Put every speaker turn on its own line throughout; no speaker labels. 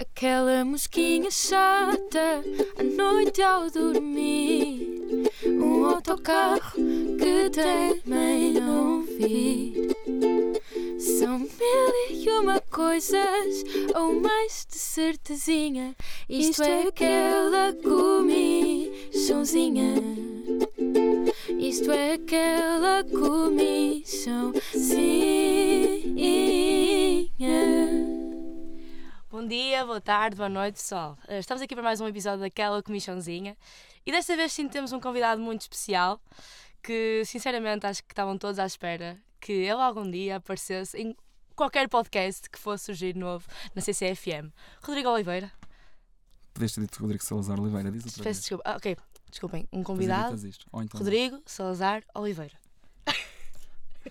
Aquela mosquinha chata à noite ao dormir. Um autocarro que também não vi. São mil e uma coisas, ou mais de certezinha. Isto é aquela comichãozinha. Isto é aquela comichãozinha.
Bom dia, boa tarde, boa noite, pessoal. Eh, Estamos aqui para mais um episódio daquela comichãozinha e desta vez sim temos um convidado muito especial que, sinceramente, acho que estavam todos à espera que ele algum dia aparecesse em qualquer podcast que fosse surgir novo na CCFM. Rodrigo Oliveira,
Podias ter dito Rodrigo Salazar Oliveira, diz outra
peço
vez.
desculpa. Ah, ok, desculpem, um
Depois
convidado.
editas isto. Ou então não.
Rodrigo Salazar Oliveira.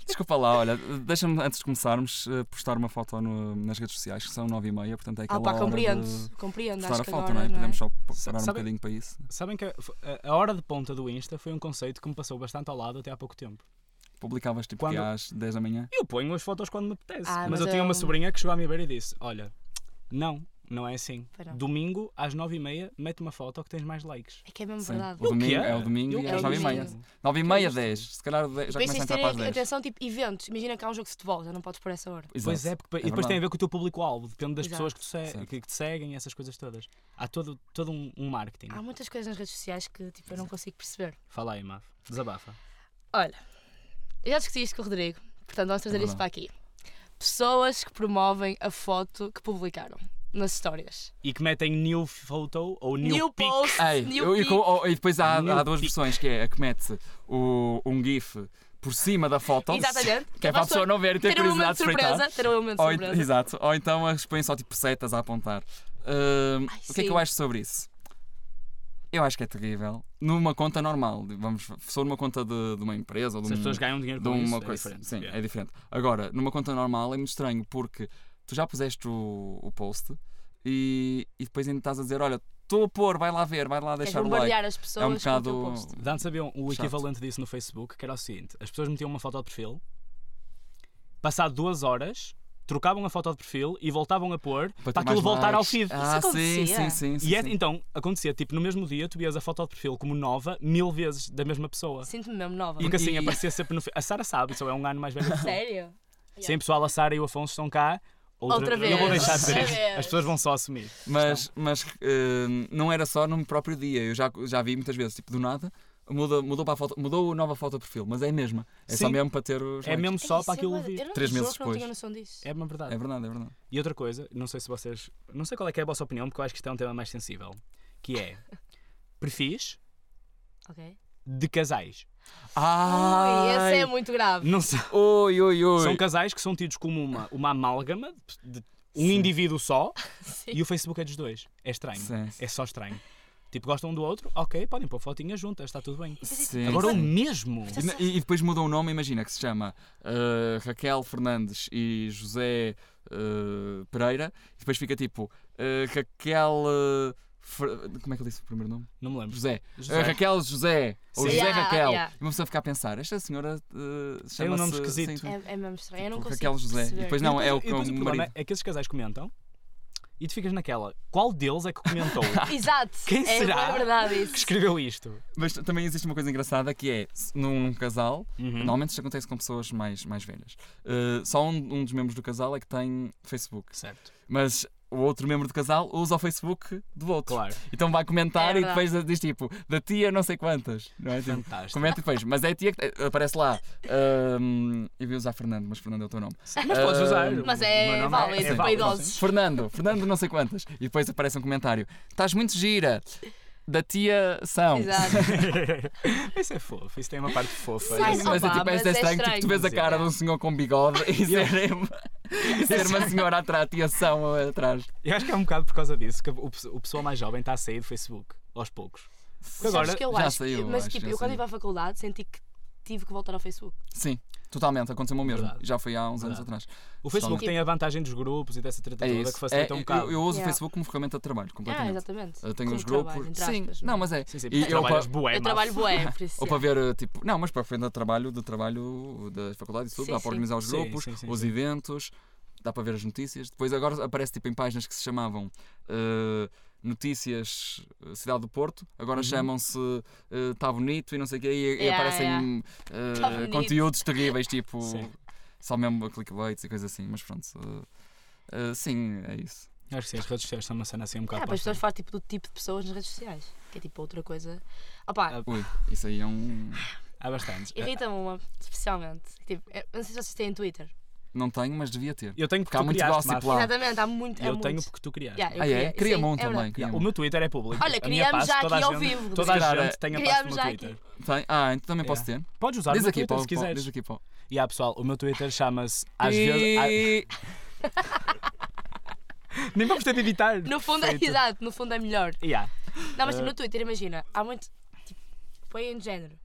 Desculpa lá, olha, deixa-me antes de começarmos eh, postar uma foto no- nas redes sociais, que são 9 e meia, portanto é
Ah,
aquela
pá,
hora
compreendo,
de
compreendo.
postar
Acho
a
que
foto,
agora,
não é? Podemos só parar um
Sabe-
bocadinho para isso.
Sabem que a, a hora de ponta do Insta foi um conceito que me passou bastante ao lado até há pouco tempo.
Publicavas tipo que
Quando-
às 10 da manhã.
Eu ponho as fotos quando me apetece.
Ah,
mas,
mas
eu tinha
eu-
uma sobrinha que chegou à minha beira e disse: Olha, não, não é assim.
Pois não.
Domingo às 9h30, mete uma foto que tens mais likes.
É que é mesmo
Sim.
verdade.
O domingo,
quê?
é o domingo
Eu
e
quero
às 9 e meia.
domingo.
9 e meia, 10. Se calhar dez- já
Depois
começa a
tens de
entrar para as
ter
10.
é atenção, tipo, eventos. Imagina que há um jogo de futebol, já não podes pôr essa hora.
Exato.
Pois é, porque, e depois
verdade.
tem a ver com o teu público-alvo, depende das
Exato.
pessoas que, tu se-
Certo.
que, que te seguem, essas coisas todas. Há todo, todo um, um marketing.
Há muitas coisas nas redes sociais que tipo, eu não consigo perceber.
Fala aí, Maf, desabafa.
Olha, eu já discuti isto com o Rodrigo, portanto vamos trazer
É
isso para aqui. Pessoas que promovem a foto que publicaram nas histórias.
E que metem new photo ou new, pic.
post,
Ei,
new
eu- e,
pic.
com- oh, e depois há,
New
há duas
pic.
versões, que é a que mete o, um gif por cima da foto,
Exatamente.
que é para a pessoa não ver e ter
ter um momento
curiosidade
de
de espreitar.
surpresa. Ter um momento de
Ou, en-
surpresa.
exato, ou então as põem só tipo setas a apontar. Ahm,
Ai,
o que é que
sim.
eu acho sobre isso? Eu acho que é terrível. Numa conta normal, vamos, sou numa conta de, de uma empresa ou de,
Se as
um-
pessoas ganham dinheiro
de
com
uma
isso, é
coisa.
diferente.
sim,
Yeah.
é diferente. Agora, numa conta normal é muito estranho porque tu já puseste o, o post e, e depois ainda estás a dizer: olha, estou a pôr, vai lá ver, vai lá
Queres
deixar o like.
bombardear as pessoas
É um
com o teu
bocado.
post.
De Antes havia um- o
Chato.
equivalente disso no Facebook, que era o seguinte: as pessoas metiam uma foto de perfil, passado duas horas, trocavam a foto de perfil e voltavam a pôr para,
ter
aquilo
mais
voltar ao
likes.
feed.
Ah,
Isso
sim,
acontecia.
sim, sim. sim,
E é-
sim.
então acontecia, tipo, no mesmo dia tu vias a foto de perfil como nova mil vezes da mesma pessoa.
Sinto-me mesmo nova.
Porque assim
E-
aparecia sempre no. fe- A Sara sabe, só é um ano mais velha. que eu.
Sério?
Sim, pessoal, a Sara e o Afonso estão cá. Outra,
Outra
Não vou
vez.
deixar de dizer
Outra
isto.
vez.
As pessoas vão só assumir.
Mas, mas eh, não era só no próprio dia. Eu já, já vi muitas vezes, tipo, do nada, mudou, mudou, para a foto, mudou a nova foto de perfil, mas é a mesma. É só
Sim.
mesmo para ter os.
É
likes.
mesmo só
Isso
para
é
aquilo
bué-
ouvir.
Eu não,
Três
juro
meses
que não tinha
depois.
noção disso.
É uma verdade.
É verdade, é verdade.
E outra coisa, não sei se vocês. Não sei qual é que é a vossa opinião, porque eu acho que isto é um tema mais sensível. Que é perfis
Ok.
de casais.
Ui,
Ai!
esse é muito grave.
Não são,
Oi, oi, oi!
são casais que são tidos como uma, uma amálgama de de um
Sim.
indivíduo só
Sim.
e o Facebook é dos dois. É estranho.
Sim.
É só estranho. Tipo, gostam um do outro, ok, podem pôr fotinhas juntas, está tudo bem.
Sim,
Agora o
sim.
mesmo.
E na- E, e depois mudou o nome, imagina, que se chama eh, Raquel Fernandes e José eh, Pereira, e depois fica tipo eh, Raquel. eh, Fer- como é que ele disse o primeiro nome?
Não me lembro.
José.
José.
Eh, Raquel José. Ou
Sim.
José
Yeah,
Raquel.
yeah.
E uma pessoa fica a pensar, esta senhora eh, chama-se.
Tem um nome esquisito.
sim,
É, é mesmo estranho. Eu não
Tipo,
consigo.
Raquel José. E
perceber.
depois não,
E
é o
depois- e depois
o
problema
marido.
é que esses casais comentam e tu ficas naquela. Qual deles é que comentou?
Exato.
Quem
é
será
bué verdade
que
isso.
escreveu isto?
Mas também existe uma coisa engraçada que é, se num, num casal,
Uhum.
normalmente isto acontece com pessoas mais, mais velhas. Eh, só um, um dos membros do casal é que tem Facebook.
Certo.
Mas o outro membro do casal usa o Facebook do outro.
Claro.
Então vai comentar
É
e depois diz tipo, da tia não sei quantas. Não é? Tipo,
Fantástico.
comenta e depois, mas é a tia que eh, aparece lá. ahm, eu ia usar Fernando, mas Fernando é o teu nome.
Mas podes usar.
Ah,
Mas
O
é
meu nome
válido, para
válido.
idosos.
Fernando, Fernando não sei quantas. E depois aparece um comentário. Estás muito gira. Da tia São.
Exato.
Isso é fofo, isso tem uma parte fofa.
Mas,
Mas,
opa,
é tipo,
mas
esta é
é
estranho,
estranho.
tipo, tu vês a cara de um senhor com bigode e ser, e ser uma senhora atrás, tia São atrás.
Eu acho que é um bocado por causa disso que o, pe- o pessoal mais jovem está a sair do Facebook, aos poucos. Porque
Sabes
agora,
que eu
já
acho
saiu,
que, mas
acho,
tipo,
já
eu quando
saiu.
ia para a faculdade senti que tive que voltar ao Facebook.
Sim, totalmente, aconteceu-me o mesmo.
Verdade.
Já foi há uns anos
Verdade.
atrás.
o Facebook
Tipo-
tem a vantagem dos grupos e dessa
É
tratativa
isso.
que facilita
É,
um
eu,
bocado.
eu uso
Yeah.
o Facebook como ferramenta de trabalho,
Ah,
completamente.
exatamente.
Eu tenho
Como
os grupos.
trabalho, entre
sim,
aspas,
não, mas é.
Sim, sim,
E
porque
eu
trabalhas
pa-
bué,
Eu
Mafra.
trabalho bué, por isso.
Ou para ver, eh, tipo, não, mas para a frente do trabalho, do trabalho da faculdade e tudo,
Sim,
dá
sim.
para organizar os
Sim,
grupos,
sim, sim,
os
sim.
eventos, dá para ver as notícias. Depois agora aparece tipo em páginas que se chamavam eh, Notícias eh, Cidade do Porto, agora chamam-se Está Bonito e não sei o quê, e, e
Uhum. Yeah,
aparecem
yeah.
eh,
Tá bonito.
conteúdos terríveis, tipo
Sim.
só mesmo clickbaits e coisas assim, mas pronto. eh, eh, sim, é isso.
Eu Acho que sim, as redes sociais estão uma cena assim um
Ah,
bocado.
para as pessoas
posta.
falam tipo, do tipo de pessoas nas redes sociais, que é tipo outra coisa. Opa,
Ah,
Ui, isso aí é um.
Há bastantes. Ah,
irrita-me uma, especialmente. Tipo, eu não sei se vocês têm Twitter.
Não tenho, mas devia ter.
Eu tenho porque
Cá há
tu
muito
criaste,
gossip
Marta.
lá. Ah.
Exatamente, há é muito. há
Eu tenho
muitos.
porque tu criaste.
Yeah, eu
Ah, é?
queria-
Cria-me
sim,
um
é verdade.
também.
Yeah,
cria-me
O
um.
meu Twitter é público.
Olha,
A minha
criamos
pasta,
já
toda
aqui
a
ao
gente-
vivo.
Toda
Se
a
calhar
gente tem a pasta no
Criamos
meu
já
Twitter.
aqui.
Tem? Ah, então também posso ter.
Podes usar
Diz
o meu
aqui,
Twitter
Paulo,
se
Paulo,
quiseres.
diz aqui, Paulo.
E há pessoal, o meu Twitter chama-se às vezes. há-
E-
Nem vamos ter de evitar.
No fundo, é,
Feito.
exato, no fundo é melhor.
Yeah.
Não, mas
Ah.
tipo, no Twitter, imagina, há muito. Tipo, põem de género.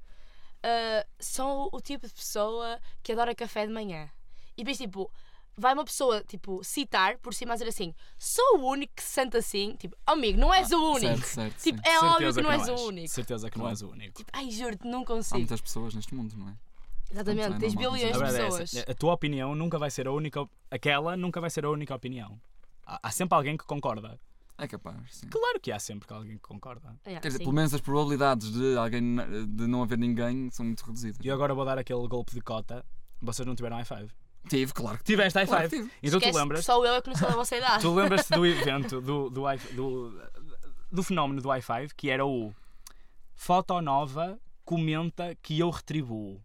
Ah, são o tipo de pessoa que adora café de manhã. E depois, tipo, vai uma pessoa, tipo, citar por cima a dizer assim: sou o único que se sente assim. Tipo, oh, amigo, não és o único.
Ah, Certo, certo.
tipo,
sim.
é óbvio
Certeza
que não és
és.
o único.
Certeza que não és o único.
Tipo, ai, juro-te, não
Há
consigo.
muitas pessoas neste mundo, não é?
Exatamente,
Portanto, é
tens
normal,
bilhões de
A verdade é
pessoas.
essa. A tua opinião nunca vai ser a única. op- Aquela nunca vai ser a única opinião. Há há sempre alguém que concorda.
É capaz, sim.
Claro que há sempre alguém que concorda.
Yeah,
É, Quer dizer,
É, sim.
pelo menos as probabilidades de alguém n- de não haver ninguém são muito reduzidas.
E eu agora vou dar aquele golpe de cota. Vocês não tiveram i5.
Tive, claro que tive.
Tiveste
Claro que
i5.
tive.
Então tu
Esquece,
lembras?
Só eu é que não sou da vossa idade.
Tu lembras-te do evento, do, do, i- do, do fenómeno do i5, que era o Foto Nova comenta que eu retribuo.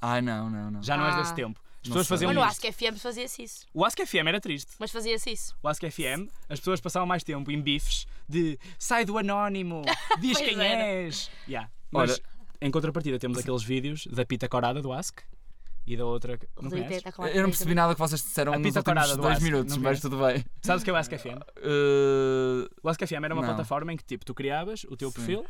Ah, não, não, não.
Já não és
Ah.
desse tempo. As
Não
pessoas
sei.
faziam
Mas no
isto.
Ask FM fazia-se isso.
O Ask FM era triste.
Mas fazia-se isso.
O Ask FM, as pessoas passavam mais tempo em bifes de sai do anónimo, diz
Pois
quem
era.
és. Yeah. Mas,
Olha-
em contrapartida, temos aqueles vídeos da pita corada do Ask e da outra. que-
O
Não
Rodrigo
conheces?
está com
Eu não percebi nada que vocês disseram
A
nos
pita
últimos
corada do
dois
Ask,
minutos,
não
mas
vi.
tudo bem.
Sabes o que é o Ask FM?
Uh,
O Ask FM era uma
Não.
plataforma em que tipo, tu criavas o teu
Sim.
perfil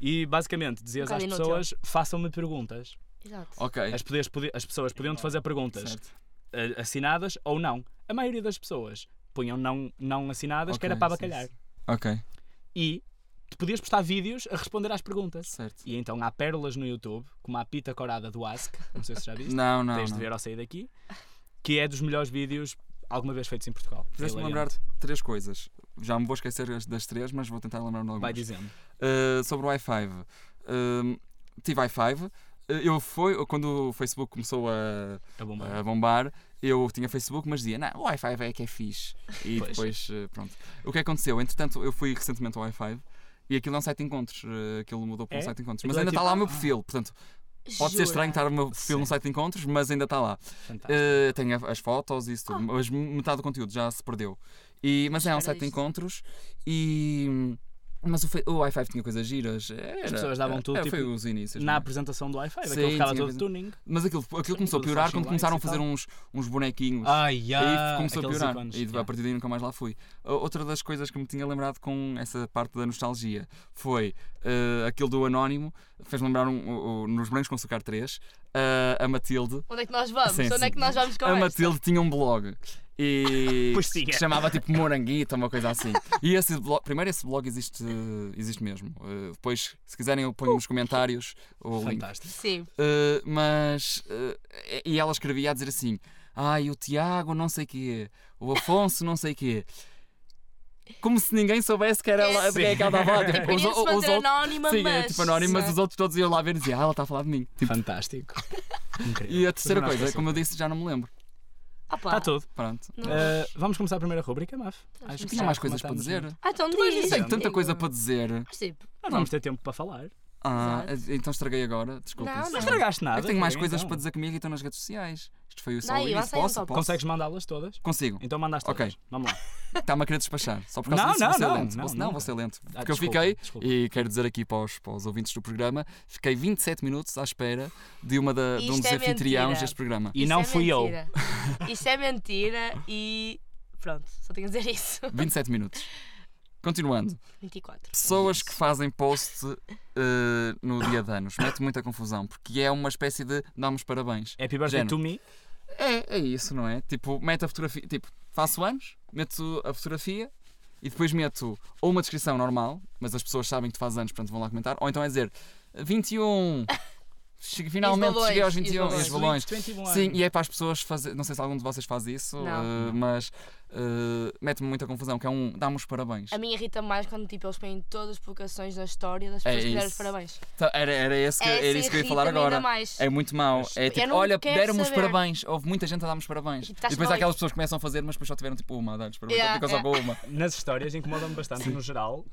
e basicamente dizias
Um
às
bocado
pessoas façam-me perguntas.
Exato.
ok.
As, podias- podi- as pessoas podiam-te fazer perguntas
Certo.
eh, assinadas ou não. A maioria das pessoas punham não, não assinadas, que
Ok,
era para
sim,
bacalhar.
Ok,
E tu podias postar vídeos a responder às perguntas.
certo.
E então há pérolas no YouTube, como a pita corada do Ask, não sei se já viste,
Não, não.
tens
não.
de ver ao sair daqui, que é dos melhores vídeos alguma vez feitos em Portugal. é
Fizeste-me
Hilariante.
lembrar três coisas. Já me vou esquecer as- das três, mas vou tentar lembrar-me de
Vai
algumas.
dizendo.
Uh, sobre o i5. Um, tive i5. Uh, Eu foi, quando o Facebook começou a,
A bomba.
a bombar, eu tinha Facebook, mas dizia, não, o i5 é que é fixe. E
Pois.
depois, uh, pronto. O que aconteceu? Entretanto, eu fui recentemente ao i5 e aquilo é um site de encontros. uh, Aquilo mudou para um
É?
site de encontros.
Aquilo
Mas
é
ainda está
tipo-
lá o meu
Ah.
perfil. Portanto, pode ser estranho estar o meu perfil no
Sim. Ah, tá.
site de encontros, mas ainda está lá.
Fantástico.
Uh, tem a- as fotos e isso
Ah.
tudo, mas metade do conteúdo já se perdeu. E, mas é um
Espera
site de
disto.
encontros e. Mas o, fe- o i5 tinha coisas giras. eh, Era,
pessoas davam
era-
tudo,
Foi
tipo,
os inícios.
Na
não é?
apresentação do Wi-Fi,
Sim,
aquele ficava
tinha
todo
coisa-
tuning.
Mas aquilo, aquilo começou a
tudo
piorar
flashing
quando começaram a
lights e
fazer
tal.
uns, uns bonequinhos.
Ai,
Aí começou a
Ah, aqueles
piorar.
ícones,
e a
yeah.
partir daí nunca mais lá fui. O- Outra das coisas que me tinha lembrado com essa parte da nostalgia foi eh, aquilo do Anónimo, fez lembrar um, o- o- nos Brancos com Açúcar 3, eh, a Matilde.
Onde é que nós vamos?
Sim,
Onde é
sim.
que nós vamos com
a
esta?
Matilde tinha um blog e
Pois
que
tinha.
se chamava tipo Moranguito, uma coisa assim. E esse blog, primeiro esse blog existe, existe mesmo. Uh, depois, se quiserem, eu ponho nos comentários o link.
Fantástico.
Sim.
Uh, mas uh, e ela escrevia a dizer assim: Ai, o Tiago não sei quê, o Afonso não sei quê. Como se ninguém soubesse que era lá, de quem é que ela estava a falar. Tipo, os,
Queria-se
os
manter
outros,
anónima,
sim,
mas...
é, tipo anónimo, mas os outros todos iam lá ver e diziam: Ah, ela está a falar de mim. Tipo,
Fantástico. Incrível.
e a terceira
Mas não
coisa,
esqueci.
como eu disse, já não me lembro.
Ah, pá.
tá
Está Tá tudo.
Pronto.
Não.
Eh, vamos começar a primeira rubrica, Maf. Acho
Tinha
já
mais coisas para
matámos
dizer?
muito.
Ah, então
vais
diz.
dizendo.
Tenho tanta coisa para
Rodrigo.
dizer.
Mas, tipo,
Nós vamos ter tempo para falar.
Ah,
Exato.
então estraguei agora. Desculpa.
Não,
isso.
não.
Não estragaste nada.
Eu tenho mais
Rodrigo,
coisas
então.
para dizer comigo e estão nas redes sociais. Isto foi o só
Daí,
o início.
lança aí um
Posso?
top.
Posso?
Consegues mandá-las todas?
Consigo.
Então mandaste
Ok.
todas. Vamos lá.
Está-me a querer despachar. Só por causa
Não,
disso vou
não,
ser
não,
lento. Vou-
não,
Não, vou
nunca.
ser lento. Porque eu
desculpa,
fiquei,
desculpa.
e quero dizer aqui para os, para os ouvintes do programa, fiquei 27 minutos à espera de, uma da, de um
Isto
dos
é
anfitriões
mentira.
deste programa.
E
Isso
não
é
fui eu.
mentira. Isto é mentira e... Pronto, só tenho a dizer isso.
27 minutos. Continuando.
24.
Pessoas que fazem post eh, no dia de anos. Mete muita confusão, porque é uma espécie de damos parabéns.
Happy birthday
Género.
to me.
É, é isso, não é? Tipo, mete a fotografia, tipo, faço anos, meto a fotografia e depois meto ou uma descrição normal, mas as pessoas sabem que tu fazes anos, portanto vão lá comentar, ou então é dizer 21, Cheguei- Finalmente
balões,
cheguei aos
e os
21 e
balões.
os balões.
21
Sim, e é para as pessoas fazer. Não sei se algum de vocês faz isso,
Não.
eh, mas eh, mete-me muita confusão, que é um. Dá-me os parabéns.
A minha irrita mais quando tipo, eles põem todas as publicações na história das pessoas
É
que deram
isso.
os parabéns.
Então, Era, era, esse que,
Essa
era isso que eu ia
irrita-me
falar agora.
Ainda mais.
É muito mau. É tipo,
não
olha,
quero
deram-me os
saber.
parabéns. Houve muita gente a dar-me os parabéns. E
E estás
depois
só
há
aí.
aquelas pessoas que começam a fazer, mas depois só tiveram tipo uma a dar-lhes parabéns.
Yeah,
então ficam só com uma.
Nas histórias incomoda-me bastante, no geral,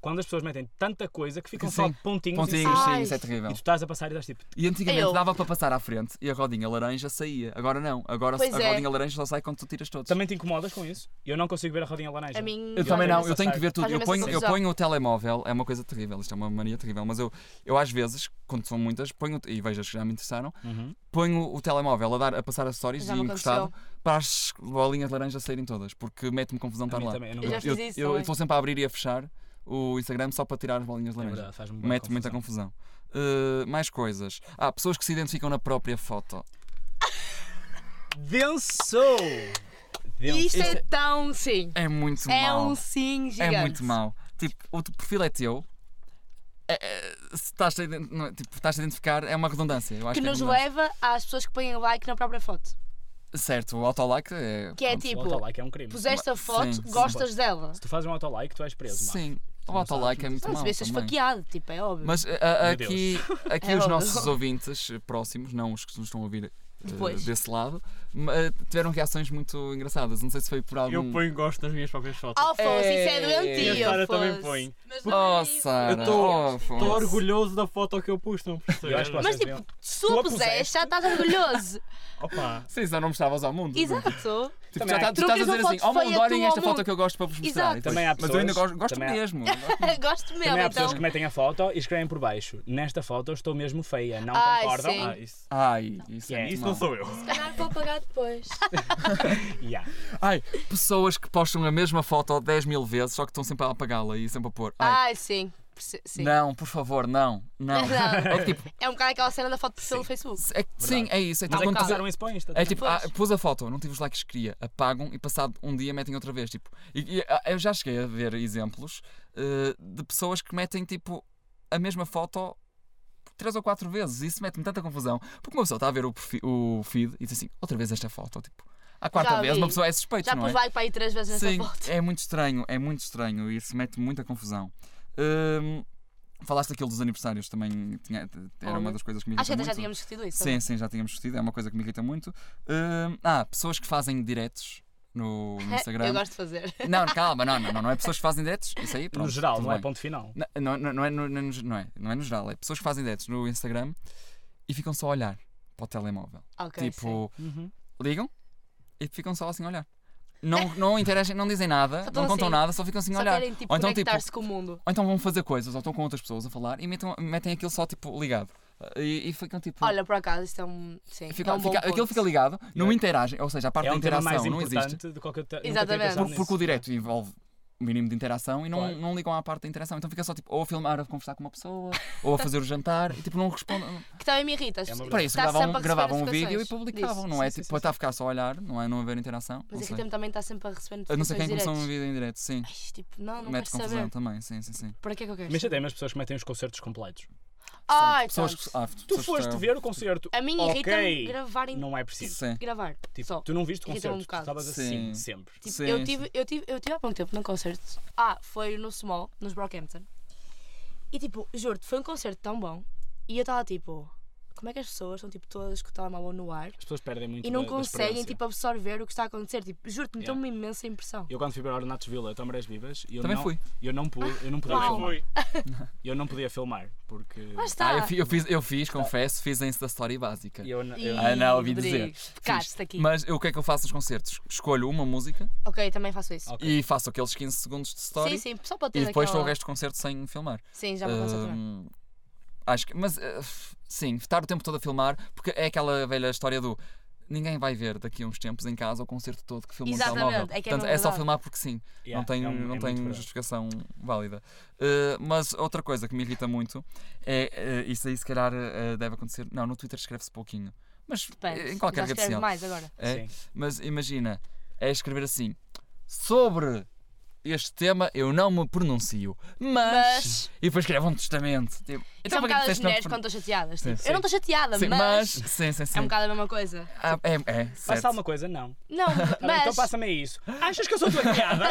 quando as pessoas metem tanta coisa que ficam só
Sim.
pontinhos,
Pontinhos,
em cima.
Ai.
sim, isso é
E
terrível.
tu estás a passar e dás tipo.
E antigamente
Eu.
dava para passar à frente e a rodinha laranja saía. Agora não. Agora
Pois
a
é.
rodinha laranja só sai quando tu tiras todos.
Também te incomodas com isso? Eu não consigo ver a rodinha laranja.
A mim-
Eu
Eu
também
tenho
não, eu tenho que ver tudo.
Faz
Eu
imensa
ponho, eu
confusão.
ponho o telemóvel, é uma coisa terrível, isto é uma mania terrível, mas eu, eu às vezes, quando são muitas, ponho, e vejo as que já me interessaram,
Uhum.
ponho o telemóvel a, dar, a passar acessórios e
Já me
encostado para as bolinhas de laranja saírem todas, porque mete-me confusão
A
estar
mim
Tá lá.
também, eu não
Eu já
gosto.
fiz
Eu,
é isso
eu- eu
também.
estou sempre a abrir e a fechar o Instagram só para tirar as bolinhas de
É
laranja.
verdade, faz-me bué
Mete muita
confusão.
confusão. Uh, mais coisas. Há pessoas que se identificam na própria foto.
Densou! Densou.
Isto é tão sim.
É muito
É
mau.
um sim gigante.
É muito mau. Tipo, o teu perfil é teu. É- é- se estás a, ident- não é, tipo, estás a identificar, é uma redundância. Eu acho
Que
que, é
nos
redundância.
leva às pessoas que põem like na própria foto.
Certo, o autolike é.
Que é
pronto.
O
tipo,
autolike é um crime. Se
puseste a foto,
Sim, sim.
gostas dela.
tu fazes um autolike, tu és preso. Marcos.
Sim, o
não
autolike
sabes,
é muito
Não,
mau.
se vês
também.
esfaqueado, tipo, é óbvio.
Mas a- a-
Meu
aqui, aqui
É
os
óbvio.
nossos ouvintes eh, próximos, não os que nos estão a ouvir eh,
Depois.
desse lado, ma- eh, tiveram reações muito engraçadas. Não sei se foi por algum.
Eu ponho gosto nas minhas próprias fotos.
Alfonso, isso é
e a
doentio.
Sara também
Afonso.
põe.
é.
Oh, Sara!
Eu tô-
oh, Afonso.
Estou orgulhoso da foto que eu pus, não percebes?
Eu acho que vocês
Mas tipo,
deviam-
se
Tu
o
a puseste?
puseste, já estás orgulhoso.
Opa!
Sim, senão não mostravam ao mundo.
Exato.
Tipo,
Também
já
há-
tá, tu estás a
Trocas uma
dizer assim:
foto
oh, mundo,
feia
olhem
tua
esta
ao
foto
mundo."
que eu gosto para vos mostrar.
Exato.
E
Também há
Mas eu ainda
pessoas-
gosto, gosto
também há-
mesmo.
Gosto mesmo,
Também há
então.
pessoas que metem a foto e escrevem por baixo. Nesta foto estou mesmo feia, não
Ai,
concordam.
sim.
Ah, isso.
Ai, isso é,
Yeah,
muito
Isso
mau.
não sou eu.
Calhar vou pagar depois.
Yeah.
Ai, pessoas que postam a mesma foto 10 mil vezes, só que estão sempre a apagá-la e sempre a pôr. Ai,
Ai, sim. Perce- Ah, sim.
não, por favor, não, não.
Não.
Ou tipo,
É um bocado aquela cena da foto de perfil do Facebook.
é que- sim, é isso. É
Mas
tipo,
é que
quando tu-
passaram isso para o Insta.
É tipo, ah,
Pois.
pus a foto, não tive os likes que queria, apagam e passado um dia metem outra vez. Tipo, e, e, ah, eu já cheguei a ver exemplos eh, de pessoas que metem tipo a mesma foto três ou quatro vezes. e Isso mete-me tanta confusão. Porque uma pessoa está a ver o, profi- o feed e diz assim, outra vez esta foto. Tipo, à quarta
Já
vez
vi.
uma pessoa é suspeita,
Já
não é?
pus like para aí três vezes nessa
Sim,
foto.
é muito estranho, é muito estranho e isso mete muita confusão. Hum, falaste daquilo dos aniversários também, tinha- era uma
Olha.
das coisas que me
Acho que
irrita
até já
muito.
tínhamos discutido isso.
Sim, sim, já tínhamos discutido, é uma coisa que me irrita muito. Hum, ah, pessoas que fazem diretos no, no Instagram.
Eu gosto de fazer.
Não, calma, não, não, não, não é pessoas que fazem diretos, isso aí, pronto,
No geral,
tudo
não é
bem.
ponto final.
Na- Não, não, não, é, no- não, é no- não é, não é no geral, é pessoas que fazem diretos no Instagram e ficam só a olhar para o telemóvel.
Ok. sim. Uhum.
tipo, ligam e ficam só assim a olhar. Não, não interagem, não dizem nada,
Só
não
tão
contam
assim.
nada, só ficam assim a
Só
olhar.
querem tipo,
ou então, tipo,
conectar-se com o mundo.
ou então vão fazer coisas, ou estão com outras pessoas a falar e metem, metem aquilo só tipo ligado. E, e ficam tipo.
Olha, por acaso, isto é um. Sim,
Fica,
é um bom
fica-
ponto.
aquilo fica ligado, não
Yeah.
interagem, ou seja, a parte
É
da
um tema mais
interação não existe.
importante do que eu te- nunca tinha
Exatamente.
pensado
Porque,
nisso.
porque o direto envolve o mínimo de interação e não,
Claro.
não ligam à parte da interação. Então fica só tipo, ou a filmar, a conversar com uma pessoa, ou a
Tá.
fazer o jantar, e tipo, não respondem.
Que também me irrita.
É uma
Para isso,
Está Tá sempre a
gravavam,
receber
gravavam um
notificações
vídeo e publicavam,
disso.
não
Sim,
é?
sim,
tipo,
sim,
pode estar a ficar só a ollar, não é? Não haver interação.
Mas
não, sei.
irrita-me também está sempre a receber
A não
notificações
ser quem começou um
diretas.
vídeo em direto, sim.
Ai, tipo, não, não quero
Mete confusão
saber.
também, sim, sim, sim.
Para que é que eu quero?
Mas já
saber?
tem as pessoas que metem os concertos completos.
Ai,
pessoas
tanto.
que. Ah,
Tu
pessoas que
foste
estão-
ver o concerto.
A mim
Ok.
irrita-me gravar em
Não é preciso.
Sim.
gravar.
Tipo,
só.
tu não viste o
Irrita-me
concerto,
um
tu
bocado.
estavas
Sim.
assim, sempre.
Tipo,
Sim,
eu,
sim.
tive, eu, tive, eu tive há pouco tempo num concerto. Ah, foi no Small, nos Brockhampton. E tipo, juro-te, foi um concerto tão bom. E eu estava tipo, como é que as pessoas estão tipo todas com o telemóvel no ar
As pessoas perdem muito
e não
da- da
conseguem
experiência.
tipo absorver o que está a acontecer? Tipo, juro-te, me
Yeah.
deu uma imensa impressão.
Eu quando fui para o Natsville, eu Tamarés Vivas, e eu
Também
não,
fui.
Eu não, pude, eu não podia
Uau.
filmar.
Fui.
Eu não podia filmar, porque...
Lá
Ah,
está.
eu fi- eu fiz, eu fiz, confesso, fiz a Insta Story básica.
Eu, não-
tá. E-
eu-
Ah, não, ouvi dizer.
Rodrigues, Pecaste aqui.
Mas eu, o que é que eu faço nos concertos? Escolho uma música
Ok, também faço isso.
Ok.
e faço aqueles 15 segundos de story.
Sim, sim, só para ter
E depois estou
aquela...
o resto do concerto sem filmar.
Sim, já me aconteceu também.
Hum, acho que. Mas eh, f- sim, estar o tempo todo a filmar, porque é aquela velha história do ninguém vai ver daqui a uns tempos em casa o concerto todo que filmou no
Exatamente,
telemóvel.
é que é
Portanto,
mesmo
é só
verdade.
filmar porque sim.
Yeah,
não tem,
é um- é
não
muito
tem
verdade.
justificação válida. Eh, mas outra coisa que me irrita muito é. eh, isso aí se calhar eh, deve acontecer. Não, no Twitter escreve-se pouquinho. Mas
Depende.
eh, em qualquer
Já
rede
escreves
social.
mais agora.
É,
Sim.
mas imagina, é escrever assim sobre este tema eu não me pronuncio, mas.
Mas.
E depois escreve um testamento. Tipo,
E são um
para que
bocado as
disseste não
mulheres
te
quando
pron-
estão chateadas.
Sim,
tipo,
sim.
Eu não estou chateada,
Sim, mas.
mas.
Sim, sim, sim.
É um bocado tipo- a mesma coisa.
Ah, é, é, certo.
Passa alguma coisa? Não.
Não,
Tá bem,
mas.
Então passa-me aí isso. Achas que eu sou tua piada?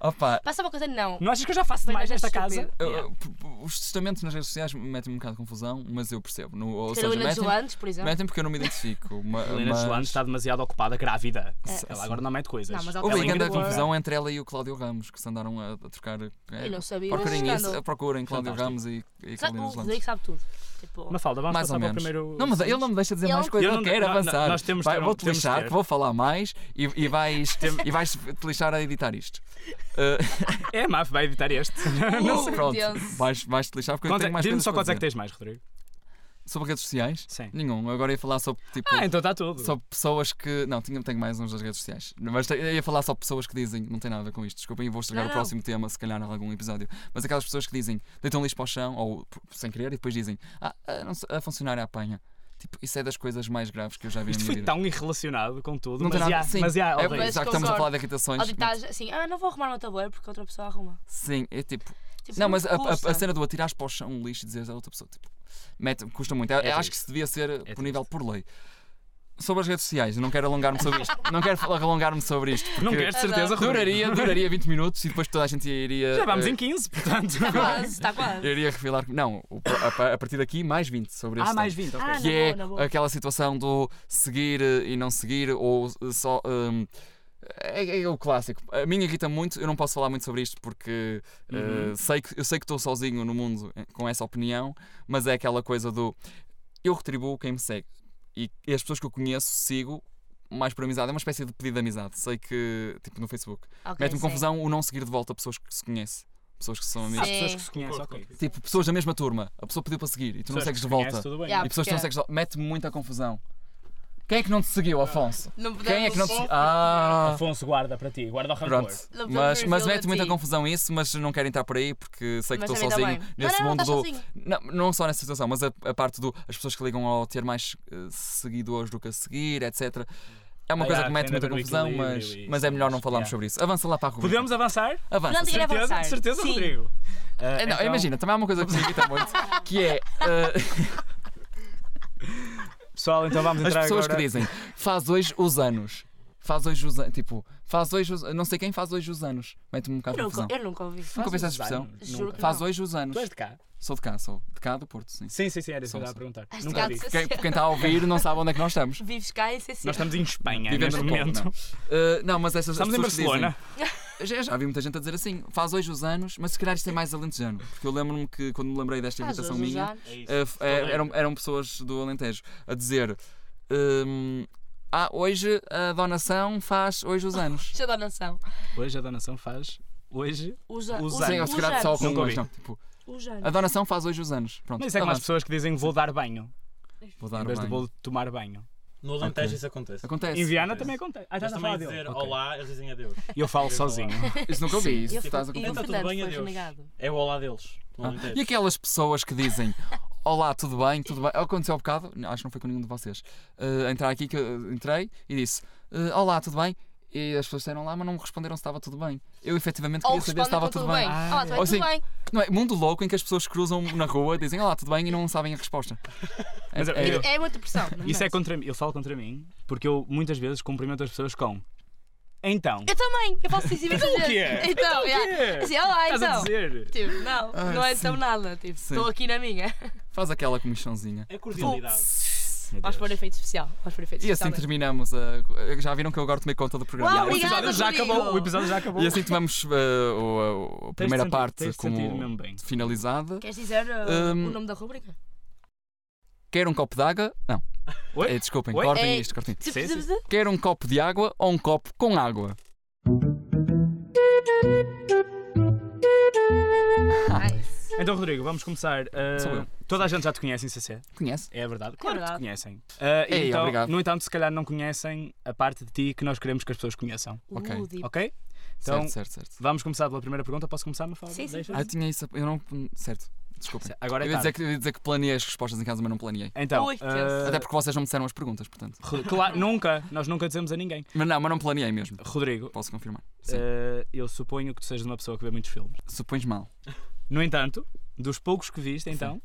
Opa,
Passa uma coisa, não.
não achas que eu já faço
Bem,
demais
mas é
nesta casa?
estúpido.
eu- p- p- os testamentos nas redes sociais metem-me um bocado de confusão, mas eu percebo. No, ou seja,
Carolina de
metem,
Jolantes, por exemplo.
metem porque eu não me identifico. ma-
Helena
mas-
Gelano está demasiado ocupada, grávida. ela agora não mete coisas.
É. Não, mas ela-
Houve aí
Ela é
grande
engravidou.
confusão entre ela e o Cláudio Ramos, que se andaram a, a trocar. é,
Eu não sabia.
procurem
Mas
isso,
escândalo.
procurem Cláudio Ramos
Fantástico.
e, e
Sabe,
Carolina
o
Gelantes.
Rodrigo sabe tudo. Tipo,
Mafalda, vamos
mais
passar
ou
para o
menos.
primeiro.
Não, mas ele não me deixa dizer
Ele-
mais coisas,
Eu
ele
não-
quer
não-
avançar.
nós temos de
Vai,
ter um-
vou-te
temos de
lixar,
ter.
que vou falar mais e, e vais, e vais te lixar a editar isto. Uh,
É, Maf, vai editar este.
Não sei.
pronto,
Deus.
vais, vais te lixar porque eu
Conta-
tenho mais
Diz-me
coisas
só
para
quantos é que
dizer.
tens mais, Rodrigo.
Sobre redes sociais?
Sim.
Nenhum. Agora ia falar sobre tipo.
Ah, então está tudo.
Sobre pessoas que. Não, tinha, tenho mais uns das redes sociais. Mas te- eu ia falar só de pessoas que dizem. Não tem nada a ver com isto, desculpem, eu vou estragar
Não,
o
não.
próximo tema, se calhar, em algum episódio. Mas aquelas pessoas que dizem. Deitam lixo para o chão, ou p- sem querer, e depois dizem. Ah, a, não sei- a funcionária apanha. Tipo, isso é das coisas mais graves que eu já vi
Isto
na minha
foi
vida.
tão irrelacionado com tudo.
Não
mas,
tem nada-
já,
sim.
mas já,
É,
odeio.
Mas
já que estamos a
concordo.
falar de irritações.
Ou tipo, estás assim, ah, não vou arrumar o meu tabuleiro porque outra pessoa arruma.
Sim, é tipo.
Tipo,
Não, mas a, a- a
custa.
cena do atirares para o chão um lixo e dizeres a outra pessoa, tipo, mete, custa muito. Eu-
É
eu acho
triste.
que se devia ser
triste.
punível por lei. Sobre as redes sociais, eu não quero alongar-me sobre isto. não quero fal- alongar-me sobre isto. Porque
Não
É
queres certeza, Rodrigo?
Duraria, duraria 20 minutos e depois toda a gente iria.
Já vamos
eh,
em 15, portanto.
Está quase, está quase.
Iria revelar. Não, o- a, pa- a partir daqui, mais 20 sobre este.
Ah, mais
tema.
20,
Ah,
ok.
na
Que é
boa, na boa.
aquela situação do seguir eh, e não seguir, ou eh, só. hum, é, é o clássico. A mim irrita muito, eu não posso falar muito sobre isto porque eh,
Uhum.
sei que, eu sei que estou sozinho no mundo eh, com essa opinião, mas é aquela coisa do eu retribuo quem me segue e as pessoas que eu conheço sigo mais por amizade. É uma espécie de pedido de amizade. Sei que, tipo, no Facebook,
Ok,
mete-me
sim.
confusão o não seguir de volta pessoas que se conhece, pessoas que são amigos.
As pessoas que se conhecem,
Concordo
ok.
contigo.
Tipo, pessoas da mesma turma, a pessoa pediu para seguir e tu não
Pessoas que
segues
se
de
conhecem,
volta.
Tudo bem.
Yeah.
E pessoas que é? não
porque-
segues de volta. Mete-me muita confusão. Quem é que não te seguiu, Afonso?
Não
Quem é que não te
podemos-
seguiu? Ah!
Afonso, guarda para ti, guarda o rancor.
Pronto,
Não podemos
mas, mas
revelar
mete muita
assim.
confusão isso, mas não quero entrar por aí porque sei que
Mas também
estou
tá
sozinho
bem.
nesse
Não, não, não,
mundo
estás
do.
sozinho.
Não, não só nessa situação, mas a, a parte do as pessoas que ligam ao ter mais eh, seguidores do que a seguir, etc. É uma
Ah,
coisa
yeah,
que
tem
mete
de
muita
haver o
confusão,
equilíbrio
mas,
e
mas
isso,
é melhor não
mas,
falarmos
yeah.
sobre isso. Avança lá para a rubrica.
Podemos avançar?
Avança.
Não,
sim.
diga- Quer
Certeza,
avançar?
certeza,
Sim.
Rodrigo. Ah,
Eh, não,
então,
imagina, também há uma coisa que me irrita muito, que é eh,
Pessoal, então vamos
as
entrar
pessoas
agora.
que dizem faz hoje os anos. Faz hoje os anos. Tipo, faz hoje os Não sei quem faz hoje os anos. Mete-me um bocado de
Eu
confusão.
nunca, eu nunca ouvi.
Nunca
Faz
ouvi essa
uns
expressão.
anos,
Juro
nunca.
que
Faz
um, não.
hoje os anos.
Tu és de cá?
Sou de cá, sou de cá do Porto, sim.
Sim, sim, sim, era isso que eu
Sou,
estava a
sou.
perguntar.
Acho
Nunca
que
vi.
há de
Quem, quem está a ouvir não sabe onde é que nós estamos.
Vives cá em CC.
Nós estamos em Espanha
Vivemos
neste
no Porto,
momento.
não. Uh, não, mas estas
Estamos em
pessoas que
Barcelona.
Dizem, já, já vi muita gente a dizer assim, faz hoje os anos, mas se calhar isto é mais alentejano. Porque eu lembro-me que quando me lembrei desta
Faz
irritação
hoje os
minha,
anos.
É
É,
uh, f- eh,
um-
eram, eram pessoas do Alentejo a dizer. hum, ah, hoje a donação faz hoje os anos.
Deixa eu dar noção.
Hoje a donação faz. Hoje.
Os
Os
anos.
anos.
Sim, ou se calhar só com
Nunca
mas
ouvi.
não. Tipo,
Os
a
anos.
donação faz hoje os anos. Pronto,
Mas isso é como as
avança.
pessoas que dizem vou dar banho.
Vou dar
Em vez de
banho. É
vou tomar banho.
No Alentejo
Ok.
isso acontece.
Acontece.
Em Viana também acontece. Ah, já
Eles
está a falar
também
dele.
dizer
Ok.
olá, eles dizem adeus.
Eu
É
falo sozinho.
Isso nunca
Sim,
ouvi. Isso
eu fui-
estás a
e
Então
o
tá tudo
Fernando
bem,
foi
adeus.
renegado.
É o olá deles.
Ah.
No Alentejo.
E aquelas pessoas que dizem Olá, tudo bem, tudo bem. Aconteceu há bocado, não, acho que não foi com nenhum de vocês. eh, entrar aqui que eu entrei e disse eh, Olá, tudo bem? E as pessoas disseram lá, mas não me responderam se estava tudo bem. Eu efetivamente
Ou
queria saber se
responde
estava
com tudo bem.
Ah,
Olá, tu
Ou
és
sim.
tudo bem.
Não é? Mundo louco em que as pessoas cruzam na rua, dizem Olá, tudo bem e não sabem a resposta. É-
Mas eu-
é-
eu-
É muita pressão. não
Isso é
merece.
contra mim. Eu falo contra mim porque eu muitas vezes cumprimento as pessoas com. Então.
Eu também, eu posso dizer imensas
o quê?
vezes. Então,
o
yeah.
quê?
Assim, olá,
Estás a
então.
dizer?
Tipo, não,
Ah,
não é
sim.
tão nada. Tipo,
Sim.
estou aqui na minha.
Faz aquela comichãozinha.
É cordialidade.
Meu
Vamos
Deus.
pôr efeito especial. Vamos pôr efeito
E assim
especial.
terminamos. a- Já viram que eu agora tomei conta do programa. assim
Uau,
O
Obrigada,
episódio já
Rodrigo.
acabou. O episódio já acabou.
E assim tomamos eh, o- a, a
Tens de
primeira
sentir-
parte
tens de sentir mesmo
como
bem.
finalizada.
Queres dizer uh,
Hum.
o nome da rúbrica?
Quer um copo de água? Não.
Oi?
Eh, desculpem,
Oi?
cortem
Ei.
isto, cortem.
Sim,
Zip,
sim.
zip, zip.
Quer um copo de água ou um copo com água?
Nice.
Então, Rodrigo, vamos começar. uh,
Sou eu.
Toda a gente já te conhece em CC.
Conhece?
É verdade.
Claro
Claro
que
que
verdade.
te conhecem.
Ei,
então,
obrigado.
No entanto, se calhar não conhecem a parte de ti que nós queremos que as pessoas conheçam.
Ok.
Uh, deep.
Ok? Então,
certo, certo, certo.
vamos começar pela primeira pergunta. Posso começar, Mafalda?
Sim, sim.
Deixa?
Ah, tinha isso. Eu não. Certo. Desculpem.
Agora
Eu
é
ia, dizer
tarde.
que, eu ia dizer que planeei as respostas em casa, mas não planeei.
Então,
Ui, que tenso.
eh,
Até porque vocês não me disseram as perguntas, portanto.
Ro- claro, nunca, nós nunca dizemos a ninguém.
Mas não, mas não planeei mesmo.
Rodrigo,
Posso confirmar. Sim.
eh, eu suponho que tu sejas uma pessoa que vê muitos filmes.
Supões mal.
No entanto, dos poucos que viste, então,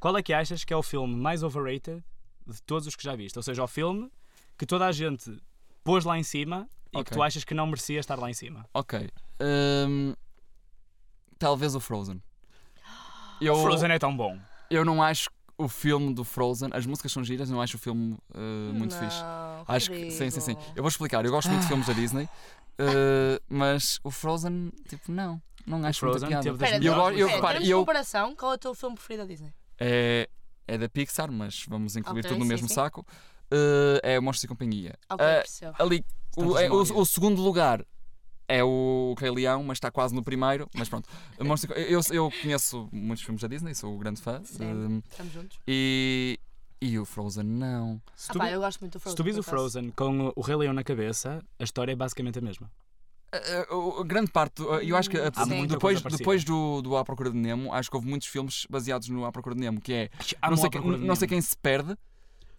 qual é que achas que é o filme mais overrated de todos os que já viste? Ou seja, o filme que toda a gente pôs lá em cima e que
Ok.
tu achas que não merecia estar lá em cima.
Ok. Hum, talvez o Frozen. Eu,
O Frozen é tão bom.
eu não acho o filme do Frozen. As músicas são giras, eu não acho o filme uh, muito
não, Ah.
fixe. Acho que. Sim, sim, sim.
Rodrigo.
Eu vou explicar. Eu gosto muito de filmes da Disney, uh, mas o Frozen, tipo, não. Não acho
Frozen tipo-
muita piada.
teve das
Espera,
E eu go- eu
espera,
reparo,
termos de
eu-
comparação, qual é o teu filme preferido da Disney?
É, é da Pixar, mas vamos incluir
Ok,
tudo no
sim,
mesmo
sim.
saco. Uh, é Monstros e Companhia.
Ok,
Ah,
percebo.
ali o,
Estamos
é-
na
o-
área.
o segundo lugar é o Rei Leão, mas está quase no primeiro. Mas pronto, Monstro- eu, eu conheço muitos filmes da Disney, sou grande fã.
Sim.
hum,
Estamos juntos.
e, e o Frozen não.
Se
Ah,
tu,
pá,
vi-
eu gosto muito do Frozen.
se tu vis
por
o
acaso.
Frozen com o- o Rei Leão na cabeça, a história é basicamente a mesma.
Eh, eh, grande parte, do- eu acho que eh,
Há
muita coisa
depois,
parecida.
depois do, do À Procura de Nemo, acho que houve muitos filmes baseados no À Procura de Nemo, que é
Há
não,
um
sei,
à
quem-
procura de
não sei
Nemo.
quem se perde